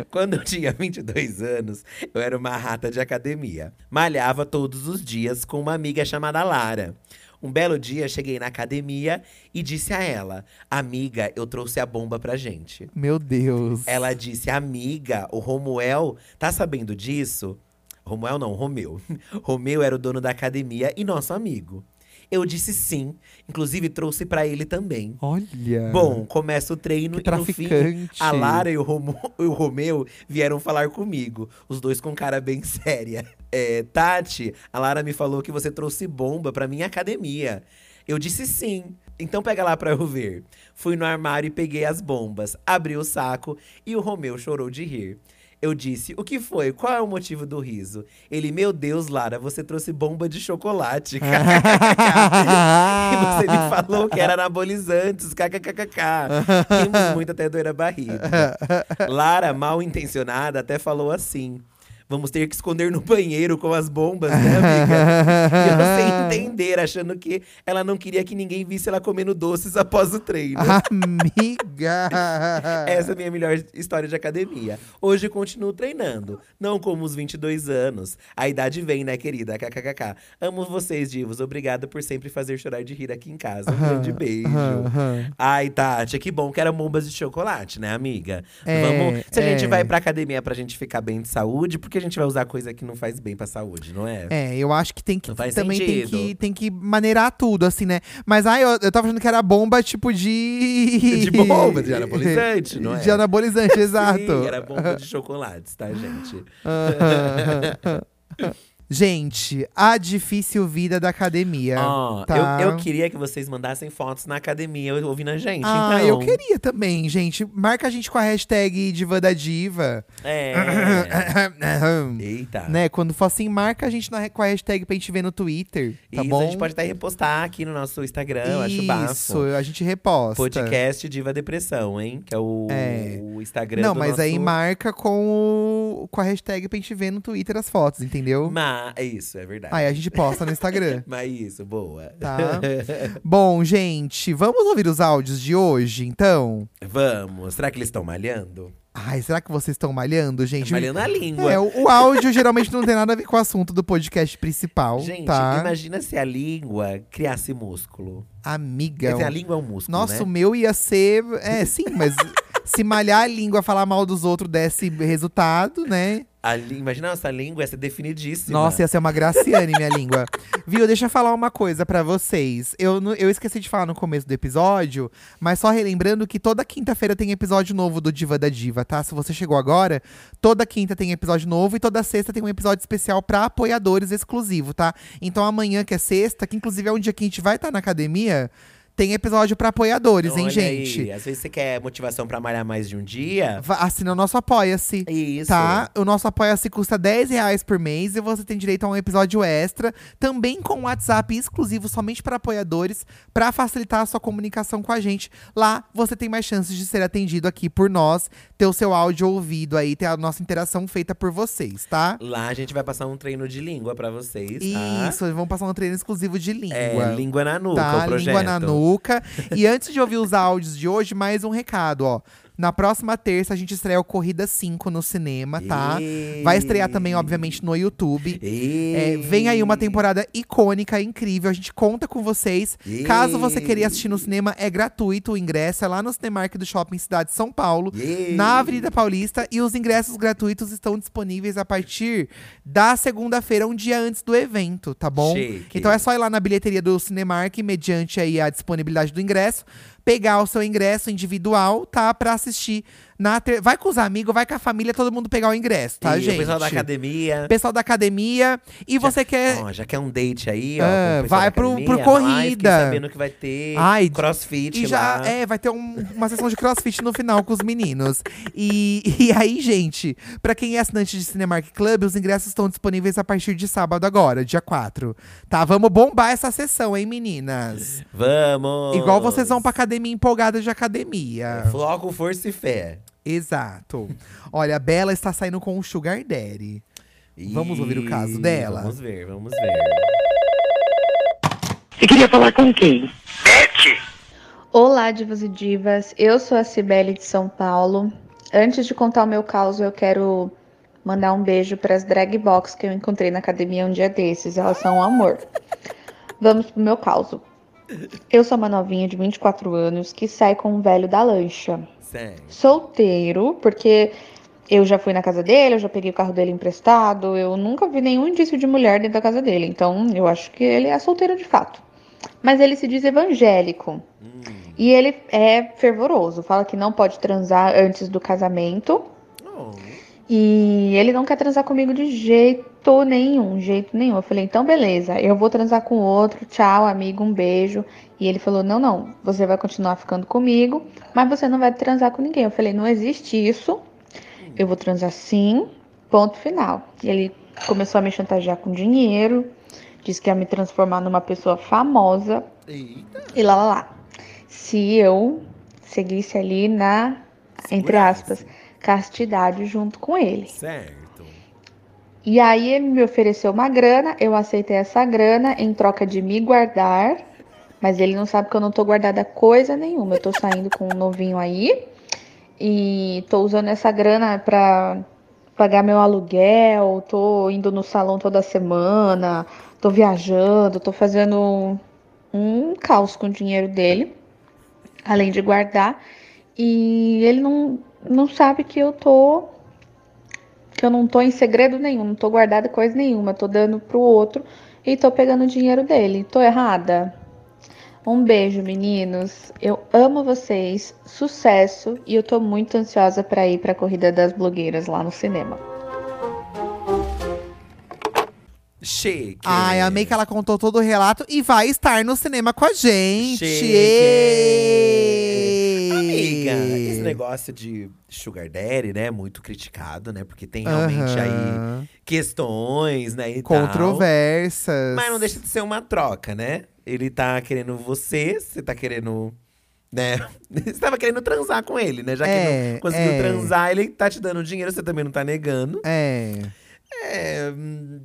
Speaker 2: Quando eu tinha 22 anos, eu era uma rata de academia. Malhava todos os dias com uma amiga chamada Lara. Um belo dia, cheguei na academia e disse a ela: Amiga, eu trouxe a bomba pra gente.
Speaker 1: Meu Deus.
Speaker 2: Ela disse: Amiga, o Romuel tá sabendo disso? Romuel não, Romeu. [laughs] Romeu era o dono da academia e nosso amigo. Eu disse sim, inclusive trouxe pra ele também.
Speaker 1: Olha.
Speaker 2: Bom, começa o treino
Speaker 1: É. que
Speaker 2: e no fim,
Speaker 1: traficante. [laughs]
Speaker 2: a Lara e o, Romo- [laughs] e o Romeu vieram falar comigo. Os dois com cara bem [laughs] séria. É, Tati, a Lara me falou que você trouxe bomba pra minha academia. Eu disse sim. Então pega lá pra eu ver. Fui no armário e peguei as bombas. Abri o saco e o Romeu chorou de rir. Eu disse, o que foi? Qual é o motivo do riso? Ele, meu Deus, Lara, você trouxe bomba de chocolate.
Speaker 1: [laughs]
Speaker 2: [laughs] E você me falou é que era anabolizantes, kkkk. Rimos muito até doer a barriga. Lara, mal intencionada, até falou assim. Vamos ter que esconder no banheiro com as bombas, né, amiga? E eu sem entender, achando que ela não queria que ninguém visse ela comendo doces após o treino.
Speaker 1: [laughs] Amiga!
Speaker 2: Essa é a minha melhor história de academia. Hoje continuo treinando, não como os 22 anos. A idade vem, né, querida? KKKK. Amo vocês, divos. Obrigado por sempre fazer chorar de rir aqui em casa. Um grande beijo.
Speaker 1: Aham.
Speaker 2: Ai, Tati, que bom que eram bombas de chocolate, né, amiga?
Speaker 1: É,
Speaker 2: Vamos. Se a gente
Speaker 1: é.
Speaker 2: vai pra academia pra gente ficar bem de saúde, porque a gente vai usar coisa que não faz bem pra saúde, não é?
Speaker 1: É, eu acho que tem que
Speaker 2: Não faz
Speaker 1: também tem
Speaker 2: sentido.
Speaker 1: que, tem que maneirar tudo, assim, né? Mas ai, eu, eu tava achando que era bomba tipo de.
Speaker 2: [laughs] De
Speaker 1: [laughs]
Speaker 2: bomba, de anabolizante, não é?
Speaker 1: De
Speaker 2: [laughs]
Speaker 1: anabolizante, exato.
Speaker 2: Sim, era bomba de chocolates, tá, gente?
Speaker 1: Aham. [laughs] Gente, a difícil vida da academia.
Speaker 2: Ó,
Speaker 1: tá?
Speaker 2: Ah, eu, eu queria que vocês mandassem fotos na academia ouvindo a gente.
Speaker 1: Ah,
Speaker 2: então,
Speaker 1: eu queria também, gente. Marca a gente com a hashtag Diva da Diva. [clears throat]
Speaker 2: É.
Speaker 1: [coughs]
Speaker 2: Eita.
Speaker 1: né? Quando for assim, marca a gente na- com a hashtag pra gente ver no Twitter, tá
Speaker 2: Isso,
Speaker 1: bom?
Speaker 2: a gente pode até repostar aqui no nosso Instagram, eu acho
Speaker 1: Isso,
Speaker 2: bafo.
Speaker 1: a gente reposta.
Speaker 2: Podcast Diva Depressão, hein? Que é o,
Speaker 1: É.
Speaker 2: o Instagram
Speaker 1: Não,
Speaker 2: do
Speaker 1: mas
Speaker 2: nosso...
Speaker 1: aí marca com, o, com a hashtag pra gente ver no Twitter as fotos, entendeu?
Speaker 2: Ma... É isso, é verdade.
Speaker 1: Aí a gente posta no
Speaker 2: [laughs]
Speaker 1: Instagram.
Speaker 2: Mas isso, boa.
Speaker 1: é. Tá. Bom, gente, vamos ouvir os áudios de hoje, então?
Speaker 2: [laughs] Vamos. Será que eles estão malhando? Tá
Speaker 1: Ai, será que vocês estão malhando, gente?
Speaker 2: malhando a língua.
Speaker 1: É, o, o áudio geralmente não tem nada a ver com o assunto do podcast principal,
Speaker 2: Gente,
Speaker 1: tá?
Speaker 2: imagina se a língua criasse músculo. Quer
Speaker 1: Amiga,
Speaker 2: dizer, a língua é um músculo,
Speaker 1: nossa, o
Speaker 2: né?
Speaker 1: meu ia ser… É, sim,
Speaker 2: [laughs]
Speaker 1: mas se malhar a língua, falar mal dos outros, desse resultado, né?
Speaker 2: A li- Imagina essa língua ia ser definidíssima.
Speaker 1: Nossa, ia ser uma Graciane,
Speaker 2: [laughs]
Speaker 1: minha língua. Viu, deixa eu falar uma coisa pra vocês. Eu, não- eu esqueci de falar no começo do episódio, mas só relembrando que toda quinta-feira tem episódio novo do Diva da Diva, tá? Se você chegou agora, toda quinta tem episódio novo e toda sexta tem um episódio especial pra apoiadores exclusivo, tá? Então amanhã, que é sexta, que inclusive é um dia que a gente vai estar na academia, tem episódio pra apoiadores, hein,
Speaker 2: Olha
Speaker 1: gente?
Speaker 2: Aí, às vezes você quer motivação pra malhar mais de um dia.
Speaker 1: Va- Assina o nosso Apoia-se.
Speaker 2: Isso. é.
Speaker 1: Tá? O nosso apoia-se custa 10 reais por mês e você tem direito a um episódio extra, também com WhatsApp exclusivo somente para apoiadores, para facilitar a sua comunicação com a gente. Lá você tem mais chances de ser atendido aqui por nós, ter o seu áudio ouvido aí, ter a nossa interação feita por vocês, tá?
Speaker 2: Lá a gente vai passar um treino de língua pra vocês, tá?
Speaker 1: Isso, vamos passar um treino exclusivo de língua.
Speaker 2: É, língua na nuca,
Speaker 1: Tá,
Speaker 2: o projeto.
Speaker 1: língua na nuca. E antes de ouvir os áudios de hoje, mais um recado, ó. Na próxima terça a gente estreia o Corrida 5 no cinema, tá? Vai estrear também, obviamente, no YouTube. É, vem aí uma temporada icônica, incrível. A gente conta com vocês. Caso você queira assistir no cinema, é gratuito o ingresso. É lá no Cinemark do Shopping Cidade de São Paulo, na Avenida Paulista. E os ingressos gratuitos estão disponíveis a partir da segunda-feira, um dia antes do evento, tá bom?
Speaker 2: Chique.
Speaker 1: Então é só ir lá na bilheteria do Cinemark, mediante aí a disponibilidade do ingresso, pegar o seu ingresso individual, tá? Pra assistir na ter... Vai com os amigos, vai com a família, todo mundo pegar o ingresso, tá,
Speaker 2: e
Speaker 1: gente?
Speaker 2: O pessoal da academia.
Speaker 1: pessoal da academia. E você quer.
Speaker 2: Ó, já quer um date aí, ó.
Speaker 1: É,
Speaker 2: com o pessoal
Speaker 1: vai
Speaker 2: da
Speaker 1: pro-
Speaker 2: academia,
Speaker 1: pro
Speaker 2: vai, fiquei
Speaker 1: corrida.
Speaker 2: sabendo que vai ter
Speaker 1: Ai,
Speaker 2: crossfit
Speaker 1: E já
Speaker 2: lá.
Speaker 1: é, vai ter um- uma sessão de crossfit no final com os meninos. E, e aí, gente, pra quem é assinante de Cinemark Club, os ingressos estão disponíveis a partir de sábado agora, dia 4. Tá, vamos bombar essa sessão, hein, meninas?
Speaker 2: Vamos!
Speaker 1: Igual vocês vão pra academia empolgadas de academia.
Speaker 2: Floco, força e fé.
Speaker 1: Exato. Olha, a Bela está saindo com o Sugar Daddy. Vamos ouvir o caso
Speaker 2: Ih,
Speaker 1: dela?
Speaker 2: Vamos ver, vamos ver.
Speaker 3: Você queria falar com quem?
Speaker 4: Olá, divas e divas. Eu sou a Cibele de São Paulo. Antes de contar o meu caos, eu quero mandar um beijo para as drag box que eu encontrei na academia um dia desses. Elas são um amor. Vamos pro meu caos. Eu sou uma novinha de 24 anos que sai com um velho da lancha.
Speaker 2: Sério.
Speaker 4: Solteiro, porque eu já fui na casa dele, eu já peguei o carro dele emprestado, eu nunca vi nenhum indício de mulher dentro da casa dele. Então, eu acho que ele é solteiro de fato. Mas ele se diz evangélico.
Speaker 2: Hum.
Speaker 4: E ele é fervoroso, fala que não pode transar antes do casamento.
Speaker 2: Oh,
Speaker 4: E ele não quer transar comigo de jeito nenhum, jeito nenhum. Eu falei, então beleza, eu vou transar com outro, tchau, amigo, um beijo. E ele falou, não, não, você vai continuar ficando comigo, mas você não vai transar com ninguém. Eu falei, não existe isso, eu vou transar sim, ponto final. E ele começou a me chantagear com dinheiro, disse que ia me transformar numa pessoa famosa.
Speaker 2: eita.
Speaker 4: E lá, lá, lá. Se eu seguisse ali na, entre aspas, castidade junto com ele.
Speaker 2: Certo.
Speaker 4: E aí ele me ofereceu uma grana, eu aceitei essa grana em troca de me guardar. Mas ele não sabe que eu não tô guardada coisa nenhuma. Eu tô saindo com um novinho aí. E tô usando essa grana pra pagar meu aluguel. Tô indo no salão toda semana. Tô viajando. Tô fazendo um caos com o dinheiro dele. Além de guardar. E ele não, não sabe que eu tô que eu não tô em segredo nenhum, não tô guardada coisa nenhuma, tô dando pro outro e tô pegando o dinheiro dele. Tô errada? Um beijo, meninos. Eu amo vocês, sucesso e eu tô muito ansiosa pra ir pra corrida das blogueiras lá no cinema.
Speaker 2: Chique.
Speaker 1: Ai, amei que ela contou todo o relato e vai estar no cinema com a gente.
Speaker 2: Chique. Amiga, esse negócio de sugar daddy, né, muito criticado, né? Porque tem realmente aí
Speaker 1: Aham.
Speaker 2: questões, né, e tal.
Speaker 1: Controversas.
Speaker 2: Mas não deixa de ser uma troca, né? Ele tá querendo você, você tá querendo. Né? [laughs] Você tava querendo transar com ele, né? Já que
Speaker 1: É,
Speaker 2: não conseguiu
Speaker 1: é.
Speaker 2: transar, ele tá te dando dinheiro, você também não tá negando.
Speaker 1: É.
Speaker 2: É. hum,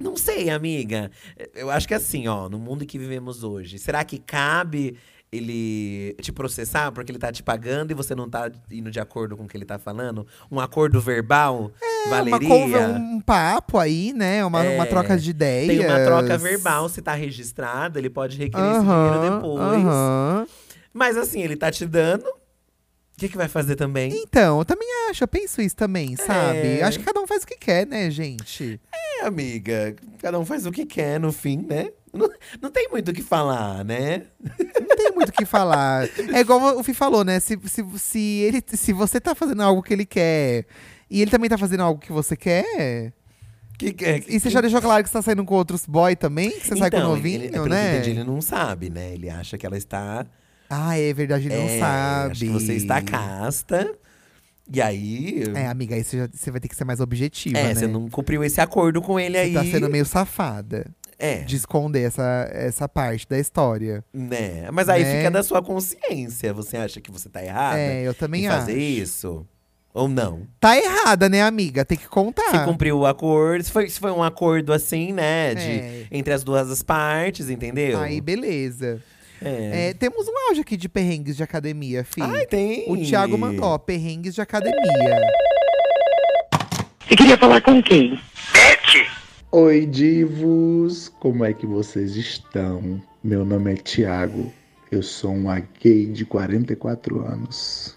Speaker 2: Não sei, amiga. Eu acho que assim, ó, no mundo que vivemos hoje, será que cabe ele te processar porque ele tá te pagando e você não tá indo de acordo com o que ele tá falando? Um acordo verbal? É,
Speaker 1: Uma
Speaker 2: valeria?
Speaker 1: conver- um papo aí, né? Uma,
Speaker 2: É.
Speaker 1: uma troca de ideias.
Speaker 2: Tem uma troca verbal, se tá registrado, ele pode requerer esse dinheiro
Speaker 1: Aham,
Speaker 2: depois.
Speaker 1: aham.
Speaker 2: Mas assim, ele tá te dando. O que, que vai fazer também?
Speaker 1: Então, eu também acho, eu penso isso também, sabe?
Speaker 2: É.
Speaker 1: Acho que cada um faz o que quer, né, gente?
Speaker 2: É, amiga, cada um faz o que quer no fim, né? Não, não tem muito o que falar, né?
Speaker 1: Não tem muito o que falar. É igual o Fih falou, né? Se, se, se, ele, se você tá fazendo algo que ele quer e ele também tá fazendo algo que você quer.
Speaker 2: Que, é, que,
Speaker 1: E você já deixou claro que você tá saindo com outros boy também? Que você sai com o
Speaker 2: Então,
Speaker 1: novinho,
Speaker 2: ele, pelo Que eu
Speaker 1: né?
Speaker 2: entendi, ele não sabe, né? Ele acha que ela está.
Speaker 1: Ah, é verdade, ele
Speaker 2: é,
Speaker 1: não sabe.
Speaker 2: acha que você está casta. E aí.
Speaker 1: É, amiga, aí você, já- você vai ter que ser mais objetiva,
Speaker 2: É,
Speaker 1: né?
Speaker 2: você não cumpriu esse acordo com ele aí.
Speaker 1: Você tá sendo meio safada
Speaker 2: É,
Speaker 1: de esconder essa, essa parte da história.
Speaker 2: né? Mas aí
Speaker 1: Né?
Speaker 2: fica da sua consciência. Você acha que você tá errada?
Speaker 1: é, eu também
Speaker 2: em
Speaker 1: acho.
Speaker 2: fazer isso? Ou não?
Speaker 1: Tá errada, né, amiga? Tem que contar.
Speaker 2: Se cumpriu o acordo, se foi, se foi um acordo assim, né? De,
Speaker 1: É.
Speaker 2: Entre as duas as partes, entendeu?
Speaker 1: Aí, beleza.
Speaker 2: é.
Speaker 1: É, temos um áudio aqui de perrengues de academia, fi.
Speaker 2: Ai, tem.
Speaker 1: o Thiago mandou, ó, perrengues de academia.
Speaker 3: Você queria falar com quem?
Speaker 5: Oi, divos! Como é que vocês estão? Meu nome é Thiago, eu sou uma gay de 44 anos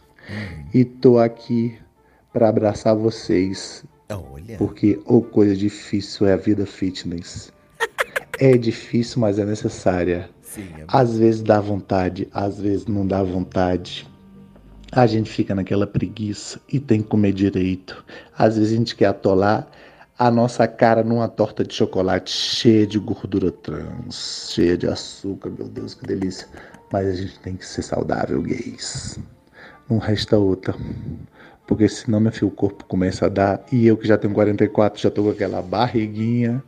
Speaker 5: e tô aqui pra abraçar vocês,
Speaker 2: Olha.
Speaker 5: porque ou coisa difícil é a vida fitness. É difícil, mas é necessária.
Speaker 2: Sim, é
Speaker 5: Às vezes dá vontade, às vezes não dá vontade. A gente fica naquela preguiça e tem que comer direito. Às vezes a gente quer atolar a nossa cara numa torta de chocolate cheia de gordura trans, cheia de açúcar, meu Deus, que delícia. Mas a gente tem que ser saudável, gays. Não resta outra. Porque senão, meu filho, o corpo começa a dar. E eu que já tenho 44, já tô com aquela barriguinha.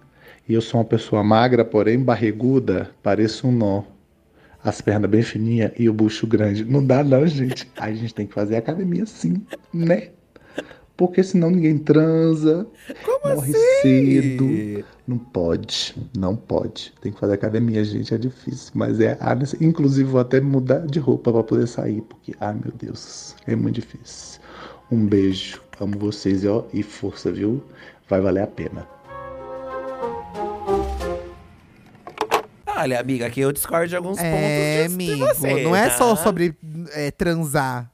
Speaker 5: E eu sou uma pessoa magra, porém barriguda, pareço um nó. As pernas bem fininhas e o bucho grande. Não dá não, gente. A gente tem que fazer academia sim, né? Porque senão ninguém transa,
Speaker 2: Como
Speaker 5: morre
Speaker 2: assim?
Speaker 5: cedo. Não pode, não pode. Tem que fazer academia, gente, é difícil. Mas é, a nece- inclusive vou até mudar de roupa pra poder sair, porque, ai meu Deus, é muito difícil. Um beijo, amo vocês, ó, e força, viu? Vai valer a pena.
Speaker 2: Olha, amiga, aqui eu discordo de alguns
Speaker 1: é,
Speaker 2: pontos de,
Speaker 1: amigo,
Speaker 2: de você,
Speaker 1: não é
Speaker 2: tá?
Speaker 1: só sobre é, transar.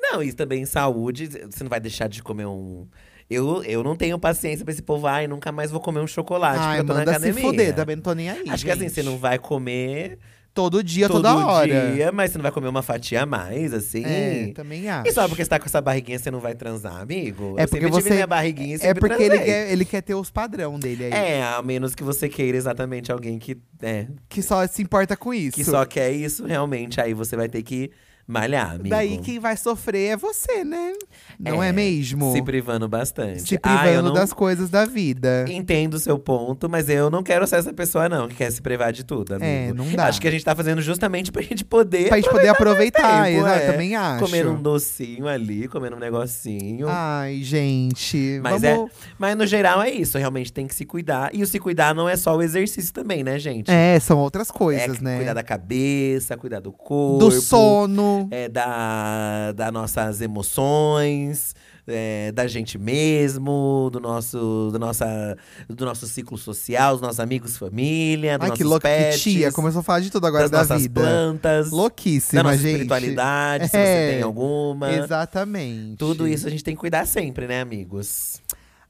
Speaker 2: Não, isso também saúde, você não vai deixar de comer um… Eu, eu não tenho paciência pra esse povo, ai, nunca mais vou comer um chocolate,
Speaker 1: Ai,
Speaker 2: porque eu tô na
Speaker 1: manda se
Speaker 2: academia.
Speaker 1: fuder, também não tô nem aí.
Speaker 2: Acho que assim,
Speaker 1: gente.
Speaker 2: você não vai comer
Speaker 1: Todo dia,
Speaker 2: todo
Speaker 1: toda hora.
Speaker 2: dia, mas você não vai comer uma fatia a mais, assim.
Speaker 1: É, também acho.
Speaker 2: E só porque você tá com essa barriguinha, você não vai transar, amigo?
Speaker 1: É porque
Speaker 2: eu sempre
Speaker 1: você-
Speaker 2: tive minha barriguinha e
Speaker 1: É
Speaker 2: sempre
Speaker 1: porque ele
Speaker 2: transei.
Speaker 1: quer, ele quer ter os padrão dele aí.
Speaker 2: É, a menos que você queira exatamente alguém que, é,
Speaker 1: Que só se importa com isso.
Speaker 2: que só quer isso, realmente. Aí você vai ter que malhar, amigo.
Speaker 1: Daí quem vai sofrer é você, né? Não é,
Speaker 2: É,
Speaker 1: mesmo?
Speaker 2: Se privando bastante.
Speaker 1: Se
Speaker 2: ah, eu
Speaker 1: privando
Speaker 2: não
Speaker 1: das coisas da vida.
Speaker 2: entendo o seu ponto, mas eu não quero ser essa pessoa, não, que quer se privar de tudo, amigo.
Speaker 1: É, não dá.
Speaker 2: Acho que a gente tá fazendo justamente pra gente poder.
Speaker 1: Pra gente poder aproveitar,
Speaker 2: mais tempo,
Speaker 1: exato,
Speaker 2: é.
Speaker 1: também acho.
Speaker 2: Comer um docinho ali, comer um negocinho.
Speaker 1: Ai, gente.
Speaker 2: Mas
Speaker 1: vamos...
Speaker 2: Mas no geral é isso, realmente tem que se cuidar. E o se cuidar não é só o exercício também, né, gente?
Speaker 1: É, são outras coisas,
Speaker 2: É
Speaker 1: né?
Speaker 2: Cuidar da cabeça, cuidar do corpo.
Speaker 1: Do sono.
Speaker 2: é, da, das nossas emoções, é, da gente mesmo, do nosso, do, nossa, do nosso ciclo social, dos nossos amigos, família, dos
Speaker 1: Ai, que
Speaker 2: nossos
Speaker 1: louca que
Speaker 2: pets,
Speaker 1: tia. Começou a falar de tudo agora
Speaker 2: das
Speaker 1: da
Speaker 2: nossas
Speaker 1: vida.
Speaker 2: plantas, da
Speaker 1: Louquíssima,
Speaker 2: nossa
Speaker 1: gente.
Speaker 2: espiritualidade, se
Speaker 1: É.
Speaker 2: você tem alguma.
Speaker 1: Exatamente.
Speaker 2: Tudo isso a gente tem que cuidar sempre, né, amigos?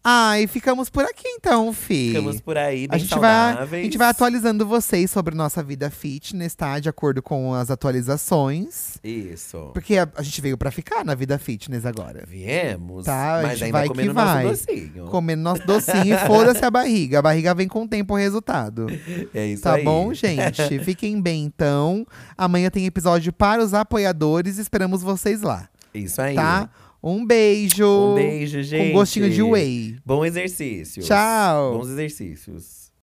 Speaker 1: Ai, ficamos por aqui então, fi.
Speaker 2: Ficamos por aí, bem
Speaker 1: a gente, vai, a
Speaker 2: saudáveis.
Speaker 1: gente vai atualizando vocês sobre nossa vida fitness, tá? De acordo com as atualizações.
Speaker 2: Isso.
Speaker 1: Porque a, a gente veio pra ficar na vida fitness agora.
Speaker 2: Viemos,
Speaker 1: Tá, a
Speaker 2: mas
Speaker 1: gente
Speaker 2: ainda
Speaker 1: vai que
Speaker 2: comendo
Speaker 1: vai.
Speaker 2: nosso docinho.
Speaker 1: Comendo nosso docinho
Speaker 2: [laughs]
Speaker 1: e foda-se a barriga. A barriga vem com o tempo o resultado.
Speaker 2: É isso
Speaker 1: Tá
Speaker 2: aí.
Speaker 1: bom,
Speaker 2: [laughs]
Speaker 1: gente? Fiquem bem, então. Amanhã tem episódio para os apoiadores. Esperamos vocês lá,
Speaker 2: É Isso aí.
Speaker 1: tá? Um beijo.
Speaker 2: Um beijo, gente.
Speaker 1: Com gostinho de whey.
Speaker 2: Bom exercício.
Speaker 1: Tchau.
Speaker 2: Bons exercícios.